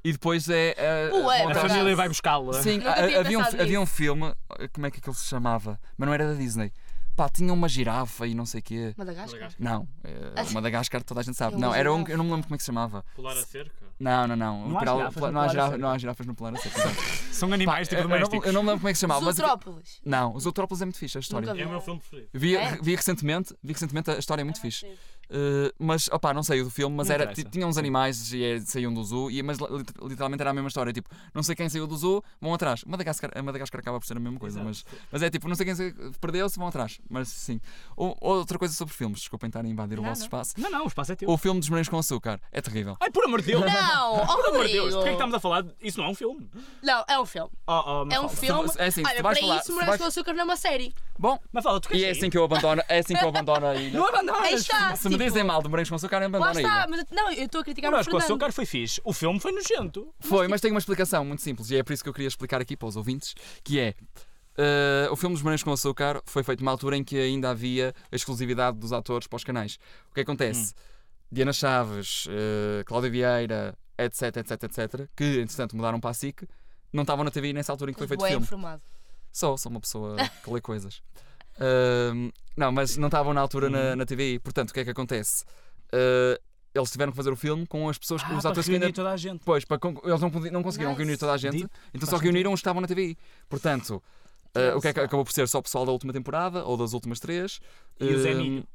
e depois é. eh,
Ué,
volta-
A
Por
família
acaso.
vai buscá-la.
Sim,
Nunca tinha
a- havia um,
pensado
havia um filme, eh, como é que aquele se chamava? Mas não era da Disney. Pá, tinha uma girafa e não sei o quê.
Madagascar?
Não, é,
Ah.
Madagascar toda a gente sabe.
É uma
Não, era um,
girafa.
que- eu não me lembro como é que se chamava.
Pular a cerca?
Não, não, não.
Não há
Pela-
girafas
pela-
no
não, há
Polar é
girafas,
Acerca.
não há girafas no Polar Acerca. exato.
São animais
Eu-
tipo
eu, não,
domésticos.
eu não me lembro como é que se chamava. mas-
Zootrópolis.
não, os Outrópolis é muito fixe a história.
Nunca
É o meu filme preferido.
Vi,
É? Ah,
vi recentemente, vi recentemente a história é muito fixe. Eh, mas, opá, não sei o do filme, mas
Não
era,
interessa.
ti- tinha uns animais e é, saíam do zoo, e, mas li- literalmente era a mesma história. Tipo, não sei quem saiu do zoo, vão atrás. Madagascar, a Madagascar acaba por ser a mesma coisa, mas, mas é tipo, não sei quem saiu- perdeu-se, vão atrás. Mas sim. Ou- outra coisa sobre filmes, desculpem estar a invadir o
Não,
vosso
não.
espaço.
Não, não, o espaço é teu.
O filme dos Morangos com Açúcar é terrível.
Ai, por amor de Deus!
Não! Oh,
Por amor de
Rodrigo.
Deus, porquê é que
tá-
estamos a falar? de- Isso não é um filme.
Não, é um filme.
Oh, oh,
É um
Mafalda.
filme.
é assim, se
Olha,
tu vais
para
falar- se
isso, Morangos
vais-
com Açúcar não é uma série.
Bom,
Mafalda, tu queres
e é
sair?
assim que eu abandono, é assim que eu abandono a ilha.
Não abandonas!
Aí está.
Se Ah, me
tipo,
dizem mal de Morangos com Açúcar, eu
Lá
abandono a
está,
ilha.
mas não, eu estou a criticar o
Morangos com
Fernando.
açúcar foi fixe. O filme foi nojento.
Foi, mas tem uma explicação muito simples e é por isso que eu queria explicar aqui para os ouvintes, que é eh, o filme dos Morangos com Açúcar foi feito numa altura em que ainda havia a exclusividade dos atores para os canais. O que acontece? Diana Chaves, eh, Cláudia Vieira, etc, etc, etc, que entretanto mudaram para a SIC, não estavam na TV nessa altura em é que foi feito o
Bué
filme.
informado.
Sou, sou uma pessoa que lê coisas. Ahm, não, mas não estavam na altura
Uhum.
na, na TVI. Portanto, o que é que acontece? Ah, eles tiveram que fazer o filme com as pessoas,
Ah,
os
para
atores que
reunir
ainda.
toda a gente.
Pois, para con- eles não, podi- não conseguiram
Nice.
reunir toda a gente,
Deep.
então só reuniram os que estavam na TVI. Portanto, ah, o que é que acabou por ser só o pessoal da última temporada ou das últimas três?
E o Zé
Ahm,
Milho?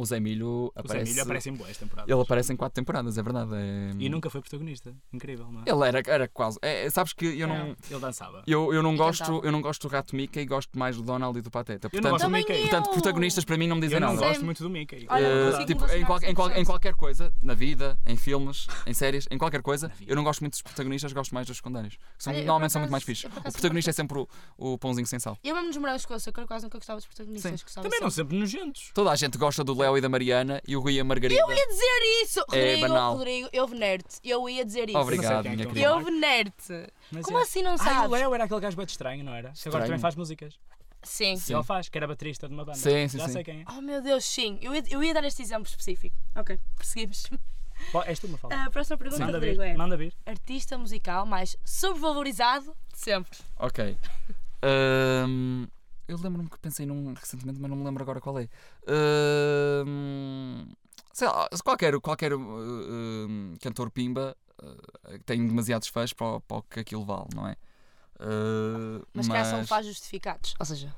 O Zé Milho
O Zé
aparece.
Milho aparece em boas temporadas.
Ele aparece em quatro temporadas, é verdade. é-
E nunca foi protagonista. Incrível, não é?
Ele era, era quase. é- é- sabes que eu não.
Ele dançava.
Eu, eu, não gosto,
cantava.
eu não gosto do Rato Mickey e gosto mais do Donald e do Pateta.
Eu não
Portanto,
gosto do
Também
Mickey.
eu.
Portanto, protagonistas para mim não me dizem
Eu não
nada.
gosto muito do Mickey.
Olha,
É
não
Eh,
verdade.
consigo.
tipo, em, qual- em qual- em qualquer coisa, na vida, em filmes, em séries, em qualquer coisa, eu não gosto muito dos protagonistas, gosto mais dos secundários. Que são,
Olha, eu por
normalmente são muito
acaso-
mais fixos.
eu por
O
acaso
protagonista é sempre o, o pãozinho sem sal.
Eu mesmo nos Morangos com Açúcar quase nunca gostava dos protagonistas. gostava
Também não
sempre-
sempre nojentos.
Toda a gente gosta do Léo e da Mariana e o Rui e a Margarida.
Eu ia dizer isso! Rodrigo,
É banal.
Rodrigo, eu venero-te. Eu ia dizer isso.
Obrigado,
Eu não sei quem é
minha
que
querida.
Eu venero-te.
Mas
Como
é.
assim não
Ah, o
sabes?
Léo era aquele gajo bem estranho, não era? Que
Estranho.
agora também faz músicas.
Sim.
E ele faz, que era baterista de uma banda.
Sim, sim,
Já
sim.
sei quem é.
Oh meu Deus, sim. Eu ia, eu ia dar este exemplo específico. Ok, prosseguimos.
Bom, és tu, Mafalda.
A próxima pergunta,
Manda
Rodrigo,
vir.
é:
Manda vir.
artista musical mais sobrevalorizado de sempre.
Ok. Ahm, eu lembro-me que pensei num recentemente, mas não me lembro agora qual é. Ahm, sei lá, se qualquer, qualquer uh, um, cantor pimba uh, tem demasiados fãs para, o- para o que aquilo vale, não é? Uh,
Mas, cá são faz justificados. Ou seja,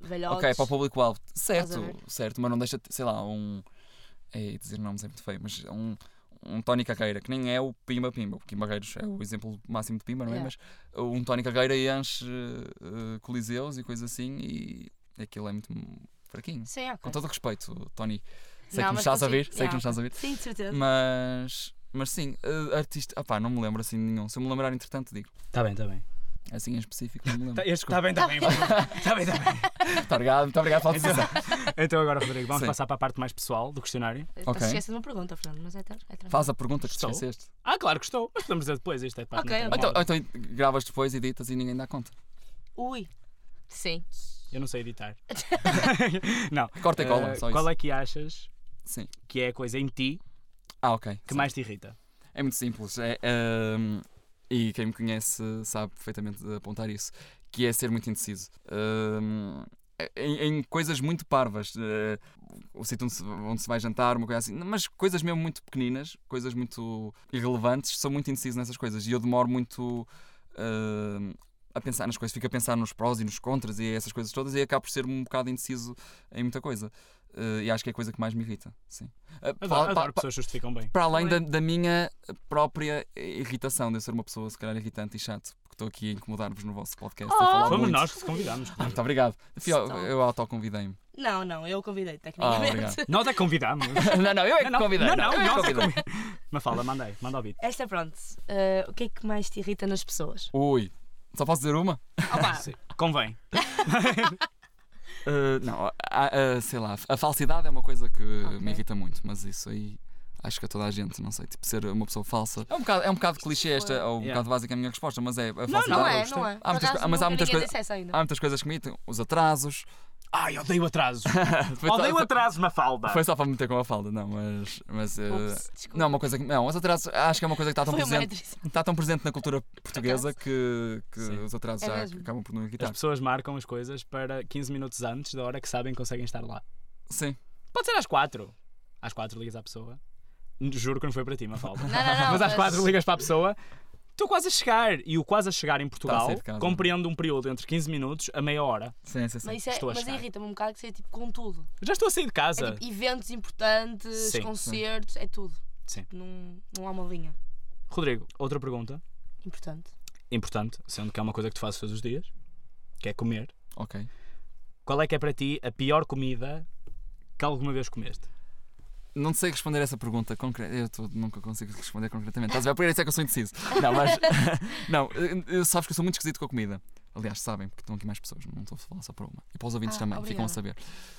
velhotes.
Ok, para o público-alvo. Certo,
Estás a ver?
certo, mas não deixa, de- sei lá, um. Ei, dizer nomes é muito feio, mas um, um Tony Carreira, que nem é o Pimba Pimba, o Pimba Gueiros é o exemplo máximo de Pimba, não é?
Yeah.
Mas um Tony Carreira enche eh, coliseus e coisa assim e aquilo é muito fraquinho.
Sim, ok.
Com todo o respeito, Tony, Então,
Não,
sei que me
mas
estás a ver,
consigo-
sei que
Yeah,
me estás a ver,
Sim, de certeza.
mas, mas sim, eh, artista, opá, não me lembro assim de nenhum. Se eu me lembrar, entretanto, digo.
Está bem, está bem.
Assim em específico, não me lembro.
Está
Tá
Tá, bem, está bem. Está bem, está bem.
muito obrigado, muito obrigado pela decisão.
Então agora, Rodrigo, vamos
Sim.
passar para a parte mais pessoal do questionário.
Ok.
Okay. Esquece de uma pergunta, Fernando, mas é tran- é tranquilo.
Faz a pergunta que te
Estou.
esqueceste.
Ah, claro que estou. Mas podemos dizer depois, isto é parte
Ok,
não
Ou
tem
Então,
mal.
ou então gravas depois, editas e ninguém dá conta.
Ui. Sim.
Eu não sei editar. não.
Corta e cola,
Eh,
só
qual
isso.
é que achas
Sim.
que é a coisa em ti
Ah, ok.
que
Sim.
mais te irrita.
É muito simples. É, hum, e quem me conhece sabe perfeitamente de apontar isso, que é ser muito indeciso. Hum, em, em coisas muito parvas, eh, o sítio onde se, onde se vai jantar, uma coisa assim, mas coisas mesmo muito pequeninas, coisas muito irrelevantes, sou muito indeciso nessas coisas e eu demoro muito hum, a pensar nas coisas, fico a pensar nos prós e nos contras e essas coisas todas e acabo por ser um bocado indeciso em muita coisa. Eh, e acho que é a coisa que mais me irrita. Sim. Eh,
Adoro,
pa- pa-
adoro pessoas que justificam bem.
para além da, da minha própria irritação de eu ser uma pessoa, se calhar, irritante e chato, porque estou aqui a incomodar-vos no vosso podcast. a falar
Fomos
muito.
nós que se convidámos.
Ah, muito obrigado. Fio, eu,
Stop.
eu autoconvidei-me.
Não, não, eu o convidei,
Ah,
tecnicamente.
obrigado.
Nós é que convidámos.
não, não, eu é que
Não, não,
convidei.
não, não,
eu é que
nós é que
convidei.
Mas fala, manda aí, manda o beat.
Esta, é pronto. eh, o que é que mais te irrita nas pessoas?
Ui, só posso dizer uma?
Opa,
Convém.
Uh, não, a- a- a- sei lá, a falsidade é uma coisa que
Ok.
me irrita muito, mas isso aí acho que a toda a gente, não sei, tipo, ser uma pessoa falsa. É um bocado, é um bocado clichê esta, ou um
Yeah.
bocado básica a minha resposta, mas é a falsidade.
não, não
eu
é,
gostei.
não é. Por
Há muitas,
acaso
co- mas há
nunca
muitas,
ninguém
coisas- Ah,
disse essa ainda.
há muitas coisas que me irritam, os atrasos.
Ai, odeio atrasos.
Foi
odeio
to-
atrasos, Mafalda.
Foi só para me meter com a falda, não, mas. mas eh,
Ups, desculpa.
não, uma coisa que. Não, os atrasos acho que é uma coisa que está tão,
Foi uma
presente,
atriz.
está tão presente na cultura portuguesa que, que
Sim.
os atrasos
É
já
mesmo.
acabam por não
As
irritar.
pessoas marcam as coisas para 15 minutos antes da hora que sabem que conseguem estar lá.
Sim.
Pode ser às 4. Às 4 ligas à pessoa. Juro que não foi para ti, Mafalda.
Não, não, não.
mas às 4 ligas para a pessoa. Estou quase a chegar. E o quase a chegar em Portugal
sair de casa.
compreende um período entre 15 minutos a meia hora.
Sim, sim, sim.
Mas, isso é,
Estou a
mas
chegar.
irrita-me um bocado que seja tipo com tudo.
Já estou a sair de casa.
É tipo eventos importantes,
Sim, sim.
concertos, é tudo.
Sim.
Não, não há uma linha
Rodrigo, outra pergunta
importante.
importante, sendo que é uma coisa que tu fazes todos os dias, que é comer.
Ok.
Qual é que é para ti a pior comida que alguma vez comeste?
Não sei responder essa pergunta concreta. Eu tô- nunca consigo responder concretamente. Estás a ver? Por isso é que eu sou indeciso. Não, mas. não, eu- eu- sabes que eu sou muito esquisito com a comida. Aliás, sabem, porque estão aqui mais pessoas, não estou a falar só para uma. E para os ouvintes
Ah,
também, ficam a
obrigada.
saber.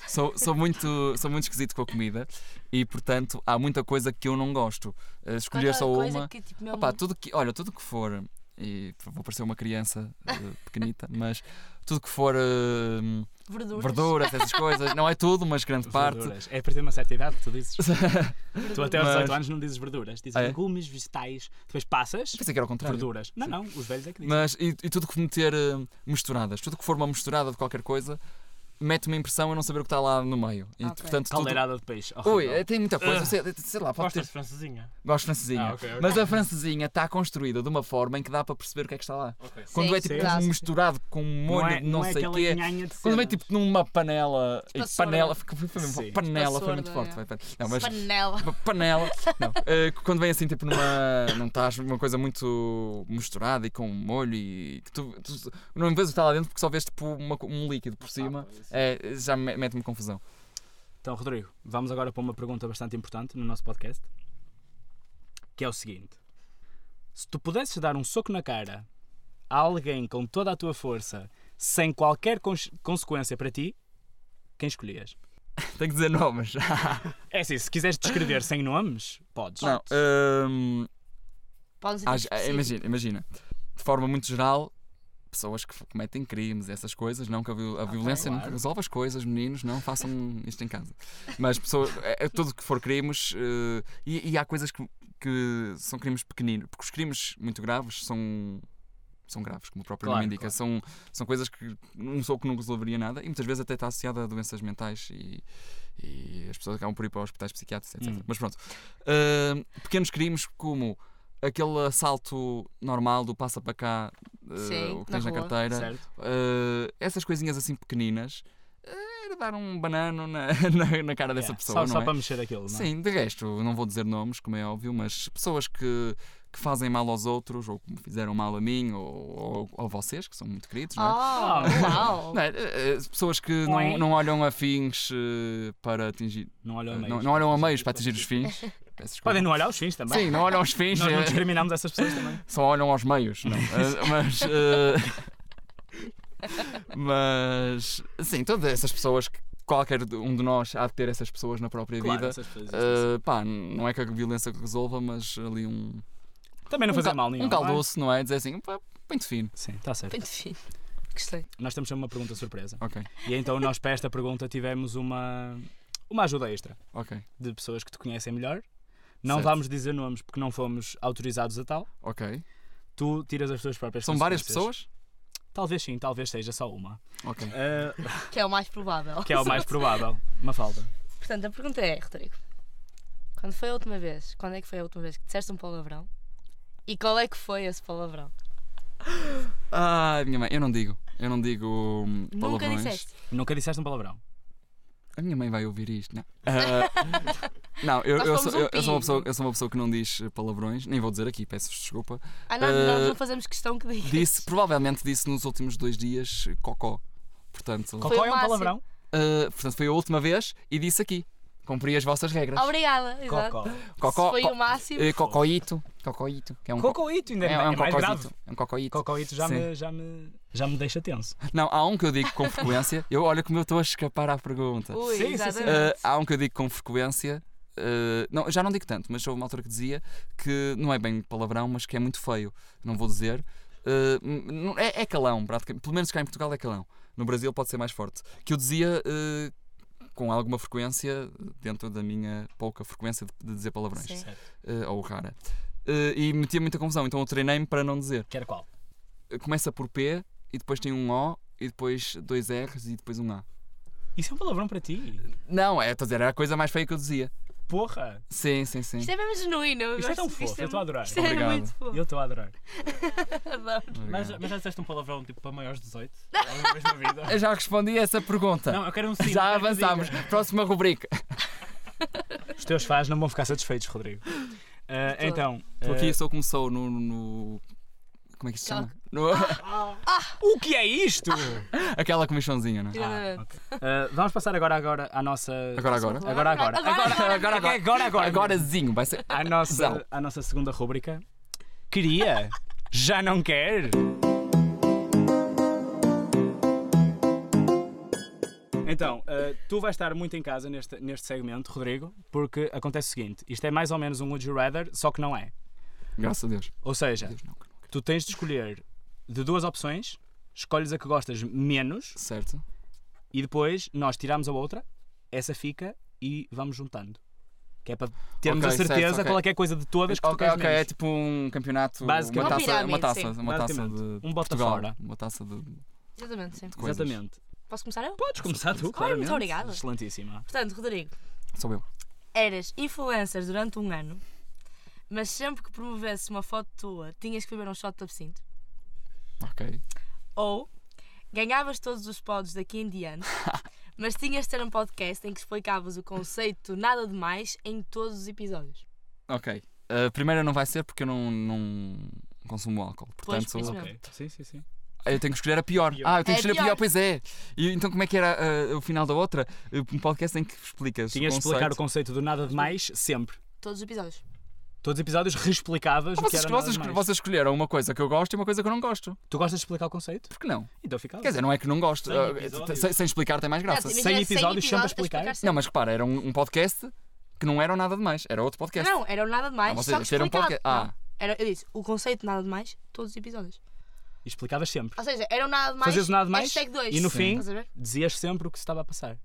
Sou, sou, muito, sou muito esquisito com a comida e, portanto, há muita coisa que eu não gosto. Eh, Escolher
Qualquer
só
coisa
uma.
Que, tipo, mesmo...
Opa, tudo que, olha, tudo que for, eh, e vou parecer uma criança eh, pequenita, mas tudo que for eh,
verduras.
verduras, essas coisas, não é tudo, mas grande parte.
Verduras. É a partir de uma certa idade que tu dizes. tu até aos
Mas-
18 anos não dizes verduras, dizes
Ah, é?
legumes, vegetais, depois passas,
Pensei que era o contrário.
verduras. Não, não, os velhos é que dizem.
Mas e, e tudo que meter eh, misturadas, tudo que for uma misturada de qualquer coisa, mete uma impressão eu não saber o que está lá no meio. E
Ok.
portanto tudo-
Caldeirada de peixe. horrível.
Ui, eh, tem muita coisa, sei, sei lá, pode
Gostas
ter.
de francesinha?
Gosto de francesinha.
Ah, ok, ok.
Mas a francesinha está construída de uma forma em que dá para perceber o que é que está lá.
Ok. Sim.
Quando é tipo
sim,
um
sim.
misturado com um
não
molho
é,
de não,
não é
sei o
aquela
quê.
nhanha de
Quando vem
cenas.
tipo numa panela. e
Tipo a
panela,
sorda.
foi, foi, mesmo-
Sim.
panela
Tipo a
foi muito
sorda,
forte.
é.
Foi, foi. Não, mas
Panela.
uma panela. Não, eh, quando vem assim, tipo, numa. Não estás uma coisa muito misturada e com um molho e. que Tu, tu não vês o que está lá dentro porque só vês tipo uma co- um líquido por cima. É, já me- mete-me confusão.
Então, Rodrigo, vamos agora para uma pergunta bastante importante no nosso podcast, que é o seguinte: se tu pudesses dar um soco na cara a alguém com toda a tua força, sem qualquer cons- consequência para ti, quem escolhias?
Tenho que dizer nomes.
É assim, se quiseres descrever sem nomes, podes.
não. hum,
Podem ser
há-
tipo específicos.
imagina, imagina. De forma muito geral. Pessoas que f- cometem crimes, essas coisas, não que a, viol- a violência nunca
claro.
resolve as coisas, meninos, não façam isto em casa. Mas pessoas, é, é tudo que for crimes, eh, e, e há coisas que que são crimes pequeninos, porque os crimes muito graves são são graves, como o próprio
Claro,
nome indica,
claro.
são são coisas que um soco não resolveria nada e muitas vezes até está associada a doenças mentais e, e as pessoas acabam por ir para hospitais psiquiátricos, etc.
Hum.
Mas pronto, Ahm, pequenos crimes como aquele assalto normal do passa para cá, ah,
Sim,
o que tens
na
na,
rua.
carteira,
Certo?
ah, essas coisinhas assim pequeninas, ah, era dar um banano na, na, na cara dessa
Yeah,
pessoa,
só,
não
só
é?
para mexer aquilo, não é?
Sim, de resto, não vou dizer nomes, como é óbvio, mas pessoas que, que fazem mal aos outros, ou que me fizeram mal a mim, ou, ou, ou a vocês, que são muito queridos, não é?
Oh,
Ah.
uau.
Não é? Eh, eh, Pessoas que
Oi.
não, não olham a fins eh, para atingir.
Não é olham a meios.
Não, não olham a meios para atingir os fins. Peço desculpa.
Podem não olhar os fins também.
Sim, não olham aos fins,
Nós não
eh,
discriminamos essas pessoas também.
só olham aos meios. Não. Eh, mas. eh, mas. Sim, todas essas pessoas que qualquer um de nós há de ter essas pessoas na própria
Claro,
vida.
essas pessoas existem.
Uh, pá, n- não é que a violência resolva, mas ali um.
também não
um
fazer
cal-
mal nenhum.
Um
não é?
caldoço, não é? Dizer assim, pá, muito fino.
Sim, está certo.
Muito fino. Gostei.
Nós temos sempre uma pergunta surpresa.
Ok.
E então nós para esta pergunta tivemos uma, uma ajuda extra
Ok,
de pessoas que te conhecem melhor. Não
Certo.
vamos dizer nomes porque não fomos autorizados a tal.
ok.
Tu tiras as tuas próprias
São várias
consequências.
pessoas?
Talvez sim, talvez seja só uma.
Ok.
Ah,
Que é o mais provável.
que é o mais provável. Uma falda.
Portanto, a pergunta é, Rodrigo: quando foi a última vez? Quando é que foi a última vez que disseste um palavrão? E qual é que foi esse palavrão?
Ai, minha mãe, eu não digo. Eu não digo hum,
Nunca
palavrões.
disseste.
Nunca disseste um palavrão.
A minha mãe vai ouvir isto, não? Ah, não, eu,
Nós
eu
somos um
sou, eu- eu sou
pingo.
uma pessoa, eu sou uma pessoa que não diz eh, palavrões, nem vou dizer aqui, peço-vos desculpa.
Ah, não, nós
Eh,
não fazemos questão que diga.
Disse, provavelmente disse nos últimos dois dias eh, cocó. Portanto,
Qual é
o
um
máximo.
palavrão?
eh, portanto, foi a última vez e disse aqui. Cumpri as vossas regras.
Obrigada, exato.
Cocó.
Cocó,
Se foi um
co-
o máximo.
eh, cocoíto, cocoíto, que é um co-
Cocoito ainda
é,
é,
é um
é mais grave.
cocoíto, é um cocoíto.
Cocoito já
Sim.
me, já, me, já me deixa tenso.
Não, há um que eu digo com frequência. Eu olho como eu estou a escapar à pergunta.
Ui,
Sim, Ah, sim, sim.
exatamente.
Uh, há um que eu digo com frequência. uh, não, já não digo tanto, mas houve uma altura que dizia que não é bem palavrão, mas que é muito feio. Não vou dizer. Uh, n- não- é, é calão, praticamente. Pelo menos cá em Portugal é calão. No Brasil pode ser mais forte. Que eu dizia uh, com alguma frequência, dentro da minha pouca frequência de, de dizer palavrões.
Sim.
Uh, ou rara. Uh, e metia muita confusão, então eu treinei-me para não dizer.
Quer qual?
Uh, Começa por P e depois tem um O e depois dois R's e depois um A.
Isso é um palavrão para ti?
Não, é, estou a dizer, era a coisa mais feia que eu dizia.
Porra!
Sim, sim, sim.
Isto é mesmo genuíno. eu
Isto é
gosto
tão
disto,
fofo, eu estou a adorar.
Isto é
Obrigado.
muito fofo.
Eu estou a adorar.
Adoro.
Mas, mas já disseste um palavrão tipo para maiores de 18? Alguma vez na vida?
Eu já respondi a essa pergunta.
Não, eu quero um sim.
já
eu quero que diga.
avançámos. Próxima rubrica.
Os teus fãs não vão ficar satisfeitos, Rodrigo. Ah,
Estou.
então.
Estou
ah,
aqui, sou como sou no. no- Como é que isto se chama? No-
o que é isto?
Ah, Aquela comichãozinha, não é?
Exatamente.
ok. Ah, vamos passar agora, agora à nossa.
Agora, agora.
Agora, agora.
Ah, Agora, agora.
Agora,
É
agora.
que agora, agora.
Agorazinho, vai ser.
À nossa,
Zão.
à nossa segunda rúbrica. Queria? Já não quer? Então, ah, tu vais estar muito em casa neste, neste segmento, Rodrigo, porque acontece o seguinte: isto é mais ou menos um Would You Rather, só que não é.
Graças a Deus.
Ou seja,
Deus não, que não quero.
tu tens de escolher de duas opções, escolhes a que gostas menos
Certo?
e depois nós tiramos a outra, essa fica e vamos juntando. Que é para termos
Ok,
a certeza
certo, ok.
qual é, que é a coisa de todas que tu
Ok,
queres
ok.
menos.
É tipo um campeonato.
Basicamente.
Uma
Uma taça, uma
pirâmide,
taça,
sim.
uma taça de.
Basicamente. Um bota
Portugal.
fora.
Uma taça de. de
Exatamente, sim.
coisas.
Exatamente.
Posso começar eu?
Podes começar tu,
Claro, muito
claramente.
obrigada.
Excelentíssima.
Portanto, Rodrigo,
Sou eu.
eras influencer durante um ano, mas sempre que promovesse uma foto tua, tinhas que beber um shot de absinto.
Ok.
Ou ganhavas todos os pods daqui em diante, mas tinhas de ter um podcast em que explicavas o conceito nada demais em todos os episódios.
Ok. A primeira não vai ser porque eu não, não consumo álcool.
Pois,
Portanto,
por isso mesmo.
Ok. Sim, sim, sim.
Ah, Eu tenho que escolher a pior. Ah,
É
eu tenho que escolher
pior.
a pior, pois é. E então como é que era ah, o final da outra? Um podcast em que explicas.
Tinhas
o
de explicar o
conceito.
conceito do nada de mais sempre.
Todos os episódios.
Todos os episódios reexplicavas
Ah,
o que
vocês,
era nada
vocês,
de mais.
vocês escolheram uma coisa que eu gosto e uma coisa que eu não gosto.
Tu gostas de explicar o conceito?
Por que não?
Então ficava.
Quer dizer, não é que não gosto.
Sem
ah,
episódios.
sem, sem explicar tem mais graça.
Portanto,
Cem
imagina, cem
episódios sempre a explicar?
sempre.
Não, mas repara, era um, um podcast que não era o nada de mais. Era outro podcast.
Não, era o nada demais,
Ah, vocês
só que
fizeram um
explicado.
podcast- ah.
Não, era, eu disse, o conceito de nada demais, todos os episódios.
E explicavas sempre.
Ou seja, era o nada demais,
Fazias o nada demais
hashtag 2.
e no
Sim.
fim
Estás a ver?
dizias sempre o que se estava a passar.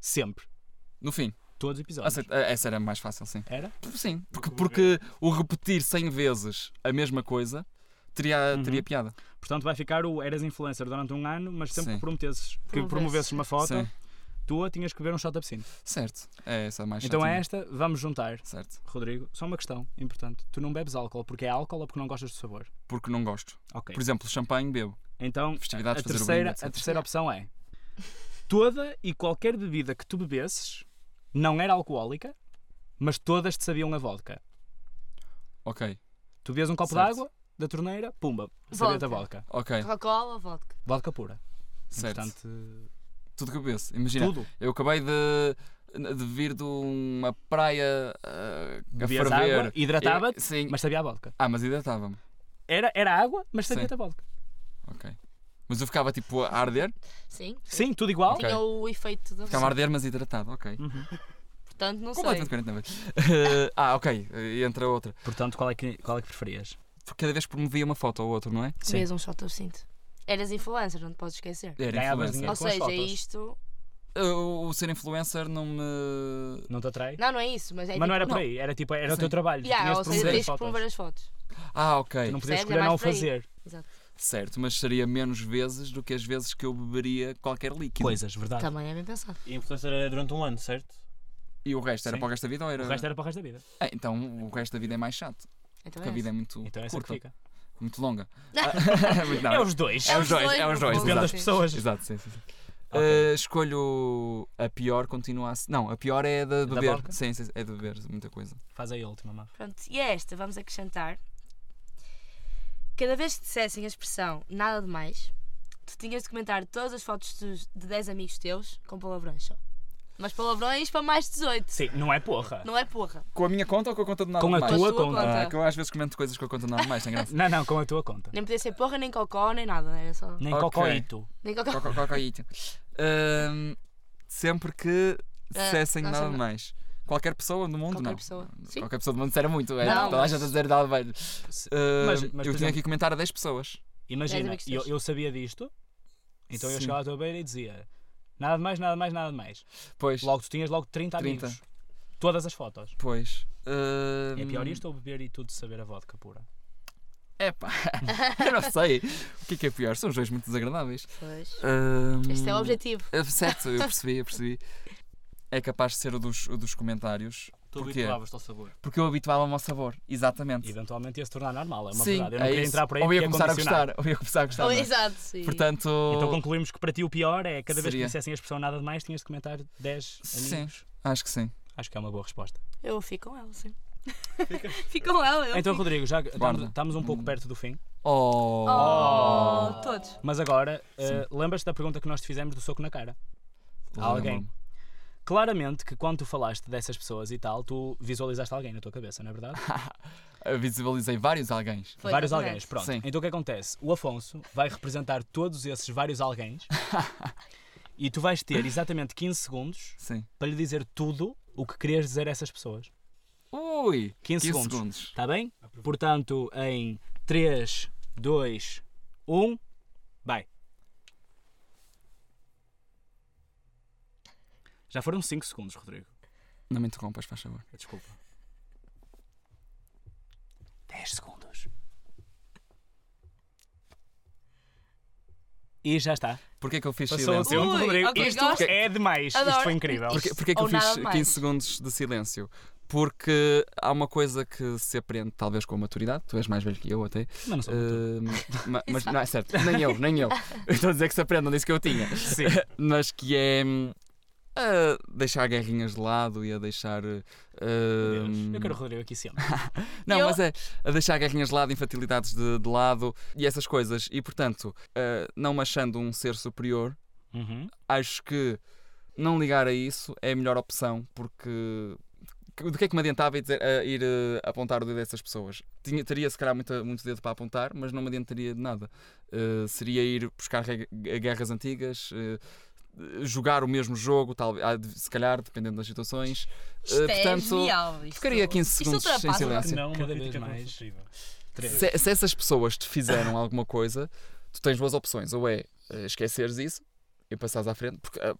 Sempre.
No fim.
Todos os episódios.
aceito- ah, essa era mais fácil, sim.
Era?
Sim. Porque, porque o repetir 100 vezes a mesma coisa teria,
Uhum.
teria piada.
Portanto, vai ficar o eras influencer durante um ano, mas sempre
Sim.
que prometesses, que
Promovesses.
promovesses uma foto,
Sim.
tua tinhas que beber um shot de absinto.
Certo. É essa a mais
Então é
chatinha.
esta, vamos juntar.
Certo.
Rodrigo, só uma questão importante. Tu não bebes álcool porque é álcool ou porque não gostas do sabor?
Porque não gosto.
Ok.
Por exemplo, champanhe bebo.
Então, a
Festividades, fazer o
terceira,
bingo, etc.
a terceira opção é toda e qualquer bebida que tu bebesses não era alcoólica, mas todas te sabiam a vodka.
Ok.
Tu bebias um copo
Certo.
d'água da torneira, pumba, sabia-te a vodka.
Ok.
Coca-Cola, vodka.
Vodka pura.
Certo.
Portanto,
Tudo de cabeça. Imagina,
tudo.
eu acabei de, de vir de uma praia ah, a
Bebias
ferver.
água, hidratava-te,
Eu- Sim.
mas sabia a vodka.
Ah, mas hidratava-me.
Era, era água, mas sabia-te
Sim.
a vodka.
Ok. Mas eu ficava tipo a arder.
Sim.
Sim, tudo igual.
Ok.
Tinha o efeito da
é.
Ficava a arder, mas hidratado. Ok.
Hum.
Portanto, não sei.
Completamente 49. ah, ok. E entra outra.
Portanto, qual é, que, qual é que preferias?
Porque cada vez promovia uma foto ou outra, não é?
Sim.
Bebias um shot de absinto. Eras influencer, não te podes esquecer.
Era influencer.
Ganhavas dinheiro.
Ou
com as
seja,
fotos.
isto
Uh, o ser influencer não me.
Não te atrai?
Não, não é isso, mas é
mas não era
tipo,
por aí, era tipo, era o teu
Sim.
trabalho. tu
Yeah,
tinhas
ou
de
seja,
promover
tens de
fotos.
promover as fotos.
Ah, ok.
Tu não
Percebes?
podias
É
escolher
mais
não o
por aí.
fazer.
Certo, mas seria menos vezes do que as vezes que eu beberia qualquer líquido.
Coisas, verdade.
Também é bem pensado.
E a influencer era durante um ano, certo?
E o resto era
Sim.
para o resto da vida ou era.
O resto era para o resto da vida.
Ah, então o resto da vida é mais chato.
Então
Porque
é
a vida é muito
Então é essa que
curta,
fica.
muito longa. Ah, mas não,
É os dois.
um
É os dois, é os dois,
no
Depende
fundo.
exato.
das pessoas.
Exato, sim, sim. sim.
Ok.
Uh, escolho a pior, continua a se- Não, a pior é a de
Da
beber.
vodka?
sim, sim, é de beber, muita coisa.
Faz aí a última, Mar.
Pronto, e é esta, vamos acrescentar. Cada vez que dissessem a expressão nada de mais, tu tinhas de comentar todas as fotos dos- de 10 amigos teus com palavrões só. Mas palavrões para mais 18.
Sim, não é porra.
Não é porra.
Com a minha conta ou com a conta de nada
Com
mais?
a
Com a
tua
tua
conta.
conta.
Ah, que eu às vezes comento coisas com a conta de nada mais, tem graça.
Não, não, com a tua conta.
Nem podia ser porra, nem cocó, nem nada. né? Era só.
Nem
Ok.
cocoito.
Nem cocó.
Coca- Coca aí. Ahm, Ah, sempre que
Ah,
dissessem
nossa,
nada
não.
mais. Qualquer pessoa do mundo,
Qualquer
não.
pessoa. Sim.
Qualquer pessoa do mundo, era muito. É,
Não,
toda a
mas-
gente a dizer nada mais. Ahm,
Mas- mas,
eu
por
tinha
exemplo-
que comentar a 10 pessoas.
Dez
Imagina,
amigos
eu,
teus.
eu sabia disto, então eu
Sim.
chegava à tua beira e dizia nada de mais, nada de mais, nada de mais.
Pois.
Logo, tu tinhas logo 30,
30.
amigos. Todas as fotos.
Pois. Ahm,
É pior isto ou beber e tudo saber a vodka pura?
Epá, é eu não sei. O que é que é pior? São os dois muito desagradáveis.
Pois.
Ahm,
Este é o objetivo.
Eh, Certo, eu percebi, eu percebi. É capaz de ser o dos, o dos comentários.
Tu
Porquê?
habituavas-te ao sabor.
Porque eu habituava-me ao sabor, exatamente.
Eventualmente ia se tornar normal, é uma
Hum. Sim,
verdade. Eu não
é
queria
isso.
entrar por aí
Ou ia
porque é
começar a
condicionado.
gostar, ou ia começar a gostar. não é?
Exato, sim.
Portanto,
Então concluímos que para ti o pior é cada vez que
Seria.
dissessem a expressão nada de mais, tinhas de comentar 10
Sim.
amigos.
acho que sim.
Acho que é uma boa resposta.
Eu fico com ela, sim. fico com ela, eu.
Então,
fico.
Rodrigo, já estamos,
Guarda.
estamos um pouco
Hum.
perto do fim,
Oh!
Oh, todos.
mas agora, eh, lembras-te da pergunta que nós te fizemos do soco na cara? Alguém.
Lembro-me.
Claramente que quando tu falaste dessas pessoas e tal, tu visualizaste alguém na tua cabeça, não é verdade?
Eu Visualizei vários alguém.
Foi,
vários
exatamente.
alguém, pronto.
Sim.
Então o que acontece? O Afonso vai representar todos esses vários alguém e tu vais ter exatamente 15 segundos
Sim.
para lhe dizer tudo o que querias dizer a essas pessoas.
Ui!
15
15
segundos.
segundos.
Está bem? Portanto, em 3, 2, 1, vai. Já foram 5 segundos, Rodrigo.
Não me interrompas, faz favor.
Desculpa. 10 segundos. E já está.
Porquê que eu fiz
Passou o
silêncio?
tempo,
Ui,
Rodrigo.
ok,
Isto
gosto.
é demais. Isto
Adoro.
foi incrível.
Porquê, porquê que
Ou
eu fiz
nada mais.
15 segundos de silêncio? Porque há uma coisa que se aprende, talvez com a maturidade, tu és mais velho que eu até,
Mas não sou muito.
Ahm, ma- mas não é certo, nem eu, nem eu. Eu Estou a dizer que se aprendam, disse que eu tinha.
Sim.
Mas que é hum, a deixar guerrinhas de lado e a deixar. hum,
Deus, Eu quero o Rodrigo aqui sempre.
Não,
Eu-
mas é a deixar guerrinhas de lado, infantilidades de, de lado e essas coisas. E portanto, ah, não me achando um ser superior,
Uhum.
acho que não ligar a isso é a melhor opção, porque que- do que é que me adiantava ir, dizer- a ir, eh, apontar o dedo a essas pessoas? Tinha- teria se calhar muita, muito dedo para apontar, mas não me adiantaria de nada. Eh, seria ir buscar reg- guerras antigas, eh, jogar o mesmo jogo, talvez, ah, de- se calhar, dependendo das situações.
Isto
Eh,
é
portanto,
genial. Isto,
Ficaria 15
isto
segundos sem
ultrapassa-
silêncio.
Não, uma
Assim, Cada vez
crítica
mais.
construtiva.
Três.
Se, se essas pessoas te fizeram alguma coisa, tu tens duas opções. Ou é eh, esqueceres isso e passares à frente, porque ah,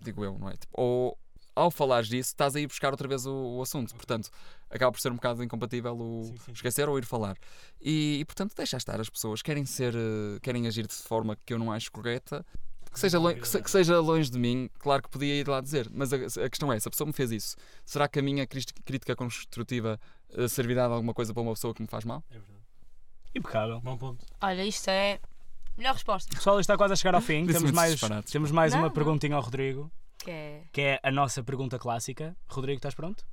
digo eu, não é? Tipo, ou ao falares disso, estás a ir buscar outra vez o, o assunto. Portanto, acaba por ser um bocado incompatível o
Sim, sim.
esquecer ou ir falar. E, e, portanto, deixa estar. As pessoas querem ser, eh, querem agir de forma que eu não acho correta. Que seja, lon- que, se- que seja longe de mim, claro que podia ir lá dizer, mas a, a questão é: se a pessoa me fez isso, será que a minha crist- crítica construtiva eh, servirá de alguma coisa para uma pessoa que me faz mal?
É verdade.
Impecável.
Bom ponto.
Olha, isto é. Melhor resposta.
Pessoal, isto está quase a chegar ao fim.
Disse
Temos
muitos
mais,
disparates,
temos mais
Não,
uma
não.
perguntinha ao Rodrigo,
Que é.
que é a nossa pergunta clássica. Rodrigo, estás pronto?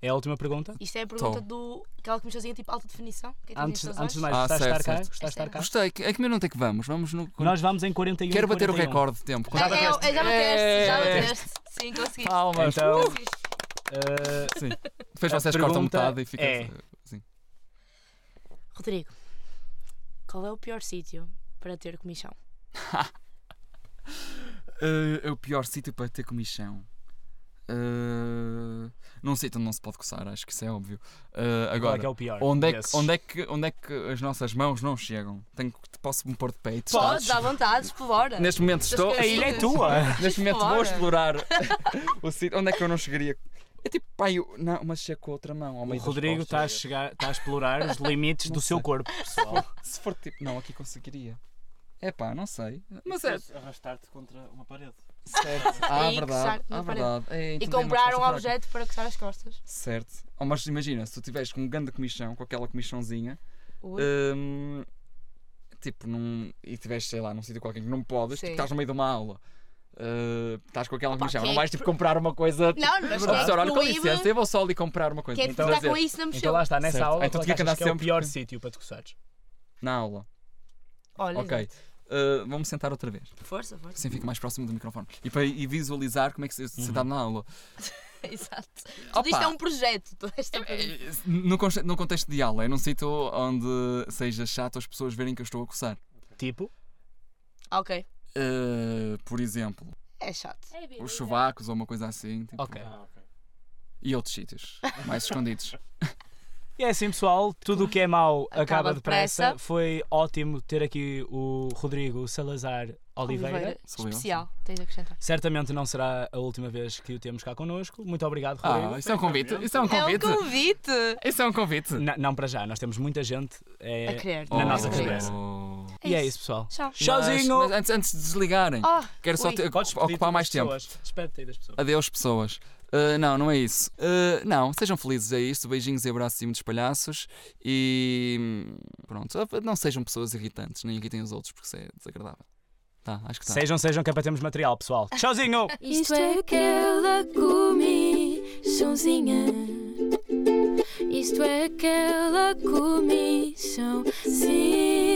É a última pergunta.
Isto é a pergunta
Tom.
do. Aquela que me sozinha, tipo alta definição. Que é que
Antes,
tens nas
antes
razões?
de mais,
Ah,
gostaste de
certo,
estar cá?
certo.
Gostaste de estar cá?
Gostei. Que- É que minuto é que vamos? Vamos no.
Nós vamos em 41
Quero bater o
41.
recorde de tempo.
Já
É, é, é, já bateste, já
É.
bateste. Sim, conseguiste.
Palmas.
Então,
Conseguiste.
eh,
Sim. Depois
A
vocês cortam
pergunta
metade e fica. assim.
é-
Sim.
Rodrigo, qual é o pior sítio para ter comichão?
Eh, é o pior sítio para ter comichão. Ah, não sei, então não se pode coçar, acho que isso é óbvio. Ah,
Qual é
agora,
que é o pior?
onde, é que,
desses?
onde, é que, onde é que as nossas mãos não chegam? Tenho, que- posso me pôr de pé e testar?
Podes, à vontade, explora.
Neste momento
Das
estou.
coisas
A ilha é tua!
Neste momento vou
Fora.
explorar o sítio onde é que eu não chegaria. É tipo, pai, eu... não, mas se é com a outra mão. Ao
O
meio das
Rodrigo está a,
costas.
chegar, está a explorar os limites
Não
do seu
sei.
corpo, pessoal.
Se for tipo, não, aqui conseguiria. É pá, não sei. Mas é.
Mas arrastar-te contra uma parede.
Certo. Ah,
Aí,
verdade.
coçar-te na
Ah,
parede.
verdade. É,
E
entendi, uma
comprar
resposta
um
fraca.
objeto para coçar as costas.
Certo. Oh, mas imagina, se tu tiveres com um grande comichão, com aquela comichãozinha,
Ui.
hum, tipo, num, e tiveres, sei lá, num sítio qualquer que não podes, tipo,
Sim.
estás no meio de uma aula, uh, estás com aquela
Opa,
comichão,
quem
não
é
vais
que
tipo comprar uma coisa. tipo,
Não, mas
"Oh,
quem é que
professor, olha, com
proíbe-
licença, eu vou só ali comprar uma coisa.
quem é que
Então,
está
dizer,
com isso na
Então
mochila?
lá está, nessa
Certo.
aula,
Então
qual é
tinha
que
que
achas
andar
que é o
sempre-
pior sítio para te coçares?
Na aula.
Olha,
então, Ok. Uh, Vou-me sentar outra vez.
força, força.
Assim fico mais próximo do microfone. E para e visualizar como é que se sentado na aula.
Exato.
Opa.
Tudo isto é um projeto. Tudo isto é um projeto.
Eh, No, conce- no contexto de aula, é num sítio onde seja chato as pessoas verem que eu estou a coçar.
Tipo,
Ok.
Uh, por exemplo,
É chato.
os chuvacos ou uma coisa assim. tipo,
ok.
ok.
E outros sítios mais escondidos.
E é assim, pessoal, tudo o que é mau
Acaba
acaba,
depressa.
depressa. Foi ótimo ter aqui o Rodrigo Salazar Oliveira.
Sou eu.
Especial. Tens a acrescentar.
Certamente não será a última vez que o temos cá connosco. Muito obrigado, Rodrigo.
Ah, isso é um convite. Isso é um
É um
convite.
convite.
Isso é um convite. Oh.
N- não para já, nós temos muita gente. é-
A querer.
Na
a
nossa
querer.
cabeça.
É
E é
isso.
isso, pessoal.
Tchau.
Mas,
Tchauzinho!
mas antes, antes de desligarem,
Ah,
quero só
ui.
te-
Podes pedir
ocupar
das
mais tempo.
pessoas. Espera-te aí das pessoas.
Adeus, pessoas. Uh, não, não é isso. Uh, não, sejam felizes, é isto. Beijinhos e abraços e muitos palhaços. E hum, pronto, não sejam pessoas irritantes, nem irritem os outros, porque isso é desagradável. Tá, acho que tá.
Sejam, sejam, que é para termos material, pessoal. Tchauzinho!
Isto é aquela comissãozinha. Isto é aquela comissãozinha.